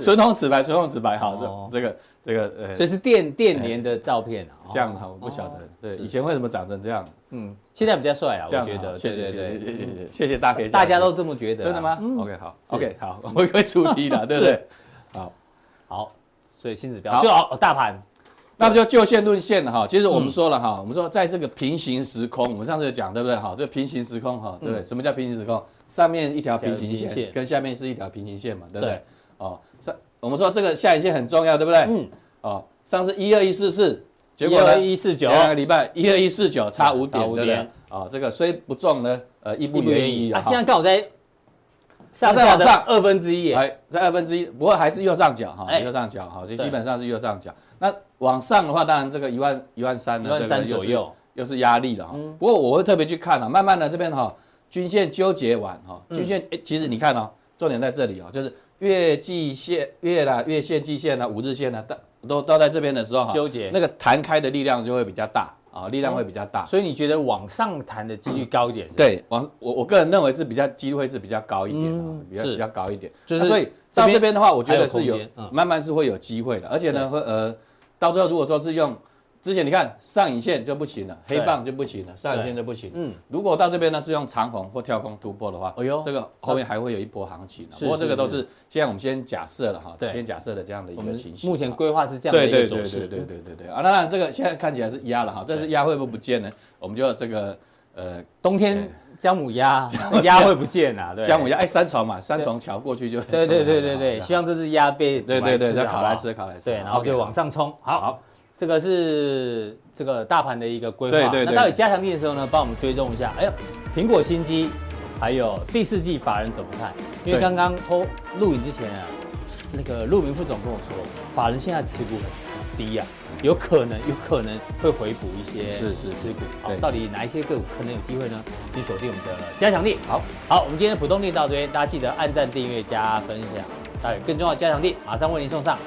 [SPEAKER 5] 唇红齿白，唇红齿白，
[SPEAKER 2] 哦
[SPEAKER 5] 好，这这个这个
[SPEAKER 2] 所
[SPEAKER 5] 呃
[SPEAKER 2] 以，是电电年的照片啊。哦
[SPEAKER 5] 哎这样哈，我不晓得，对，以前为什么长成这样？
[SPEAKER 2] 嗯，现在比较帅了，我
[SPEAKER 5] 这样啊
[SPEAKER 2] 觉得。
[SPEAKER 5] 谢
[SPEAKER 2] 对
[SPEAKER 5] 谢
[SPEAKER 2] 对
[SPEAKER 5] 谢谢
[SPEAKER 2] 对，
[SPEAKER 5] 谢谢谢谢大家，
[SPEAKER 2] 大家都这么觉得。啊嗯
[SPEAKER 5] 真的？吗？OK 好，OK 好， 我们回主 题了，对不对？好。
[SPEAKER 2] 好，所以新指标
[SPEAKER 5] 好
[SPEAKER 2] 就好，哦大盘
[SPEAKER 5] 那么就就线论线哈，其实我们说了哈，我们说在这个平行时空，我们上次有讲对不对哈？这平行时空哈，对不对？什么叫平行时空？上面一条平行
[SPEAKER 2] 嗯一条平行线
[SPEAKER 5] 线跟下面是一条平行线嘛，对不
[SPEAKER 2] 对
[SPEAKER 5] 对？哦，上我们说这个下影线很重要，对不对？
[SPEAKER 2] 嗯
[SPEAKER 5] 嗯。哦，上次一二一四四，结
[SPEAKER 2] 一
[SPEAKER 5] 果
[SPEAKER 2] 二
[SPEAKER 5] 呢？
[SPEAKER 2] 一四九
[SPEAKER 5] 前两个礼拜一二一四九差五
[SPEAKER 2] 差
[SPEAKER 5] 点，
[SPEAKER 2] 五
[SPEAKER 5] 对不对
[SPEAKER 2] 点？
[SPEAKER 5] 啊，这个虽不中呢，呃，亦
[SPEAKER 2] 一
[SPEAKER 5] 不远矣
[SPEAKER 2] 啊，
[SPEAKER 5] 啊。
[SPEAKER 2] 现在刚好在上
[SPEAKER 5] 再
[SPEAKER 2] 下
[SPEAKER 5] 往
[SPEAKER 2] 的
[SPEAKER 5] 上
[SPEAKER 2] 二分之一耶，
[SPEAKER 5] 哎，在二分之一，不过还是右上角哈，
[SPEAKER 2] 哎
[SPEAKER 5] 右上角哈，所以
[SPEAKER 2] 对
[SPEAKER 5] 基本上是右上角。那往上的话，当然这个一万一万三
[SPEAKER 2] 一
[SPEAKER 5] 呢，
[SPEAKER 2] 万
[SPEAKER 5] 对不对
[SPEAKER 2] 三左
[SPEAKER 5] 又是
[SPEAKER 2] 右。嗯
[SPEAKER 5] 又是压力了哈、不过我会特别去看啊，慢慢的这边哈、均线纠结完哈，
[SPEAKER 2] 嗯
[SPEAKER 5] 均线、诶其实你看哦，重点在这里哦，就是月季线、月啦、月线、季线啦、啊五日线啦，都都都在这边的时候哈，
[SPEAKER 2] 纠结
[SPEAKER 5] 那个弹开的力量就会比较大啊，力量会比较大。
[SPEAKER 2] 所以你觉得往上弹的几率高一点？是不是，
[SPEAKER 5] 对，往我我个人认为是比较机会是比较高一点啊
[SPEAKER 2] 嗯，
[SPEAKER 5] 比较
[SPEAKER 2] 是
[SPEAKER 5] 比较高一点。
[SPEAKER 2] 就是
[SPEAKER 5] 啊所以
[SPEAKER 2] 这
[SPEAKER 5] 到
[SPEAKER 2] 边
[SPEAKER 5] 这边的话，我觉得
[SPEAKER 2] 还有
[SPEAKER 5] 是
[SPEAKER 2] 空
[SPEAKER 5] 有
[SPEAKER 2] 间嗯
[SPEAKER 5] 慢慢是会有机会的，而且呢，会呃，到最后如果说是用之前你看上影线就不行了，
[SPEAKER 2] 对
[SPEAKER 5] 黑棒就不行了，上影线就不行。
[SPEAKER 2] 嗯，
[SPEAKER 5] 如果到这边呢是用长红或跳空突破的话，
[SPEAKER 2] 哎呦
[SPEAKER 5] 这个后面还会有一波行情啊。
[SPEAKER 2] 是
[SPEAKER 5] 不过这个都
[SPEAKER 2] 是
[SPEAKER 5] 是现在我们先假设了哈，
[SPEAKER 2] 对
[SPEAKER 5] 先假设的这样的一
[SPEAKER 2] 我
[SPEAKER 5] 个
[SPEAKER 2] 们
[SPEAKER 5] 情形啊。
[SPEAKER 2] 目前规划是这样的
[SPEAKER 5] 对
[SPEAKER 2] 一个
[SPEAKER 5] 对
[SPEAKER 2] 走
[SPEAKER 5] 对
[SPEAKER 2] 势。嗯
[SPEAKER 5] 对对对对对啊！当然，这个现在看起来是压了哈，但是压会不会不见呢？我们就这个呃，
[SPEAKER 2] 冬天姜母鸭，鸭会不见啊？对，
[SPEAKER 5] 姜母鸭，哎，三重嘛，三重桥过去就
[SPEAKER 2] 对对对对对，希望这只鸭被
[SPEAKER 5] 对
[SPEAKER 2] 煮来
[SPEAKER 5] 对对，
[SPEAKER 2] 吃
[SPEAKER 5] 再
[SPEAKER 2] 好
[SPEAKER 5] 烤
[SPEAKER 2] 不好
[SPEAKER 5] 来吃，烤来吃，
[SPEAKER 2] 对，然后就往上
[SPEAKER 5] 上。
[SPEAKER 2] 冲。好
[SPEAKER 5] 好，
[SPEAKER 2] 这个是这个大盘的一个规划。
[SPEAKER 5] 对对
[SPEAKER 2] 那
[SPEAKER 5] 对
[SPEAKER 2] 到底加强力的时候呢，帮我们追踪一下。哎呦，苹果新机，还有第四季法人怎么看？因为
[SPEAKER 5] 对
[SPEAKER 2] 刚刚偷录影之前啊，那个陆明副总跟我说，法人现在持股很低啊，有可能有可能会回补一些
[SPEAKER 5] 是是
[SPEAKER 2] 持股。好，
[SPEAKER 5] 对
[SPEAKER 2] 到底哪一些个股可能有机会呢？请锁定我们的加强力。
[SPEAKER 5] 好，
[SPEAKER 2] 好，我们今天的浦东地到这边，大家记得按赞、订阅、加分享。待会更重要的加强力马上为您送上。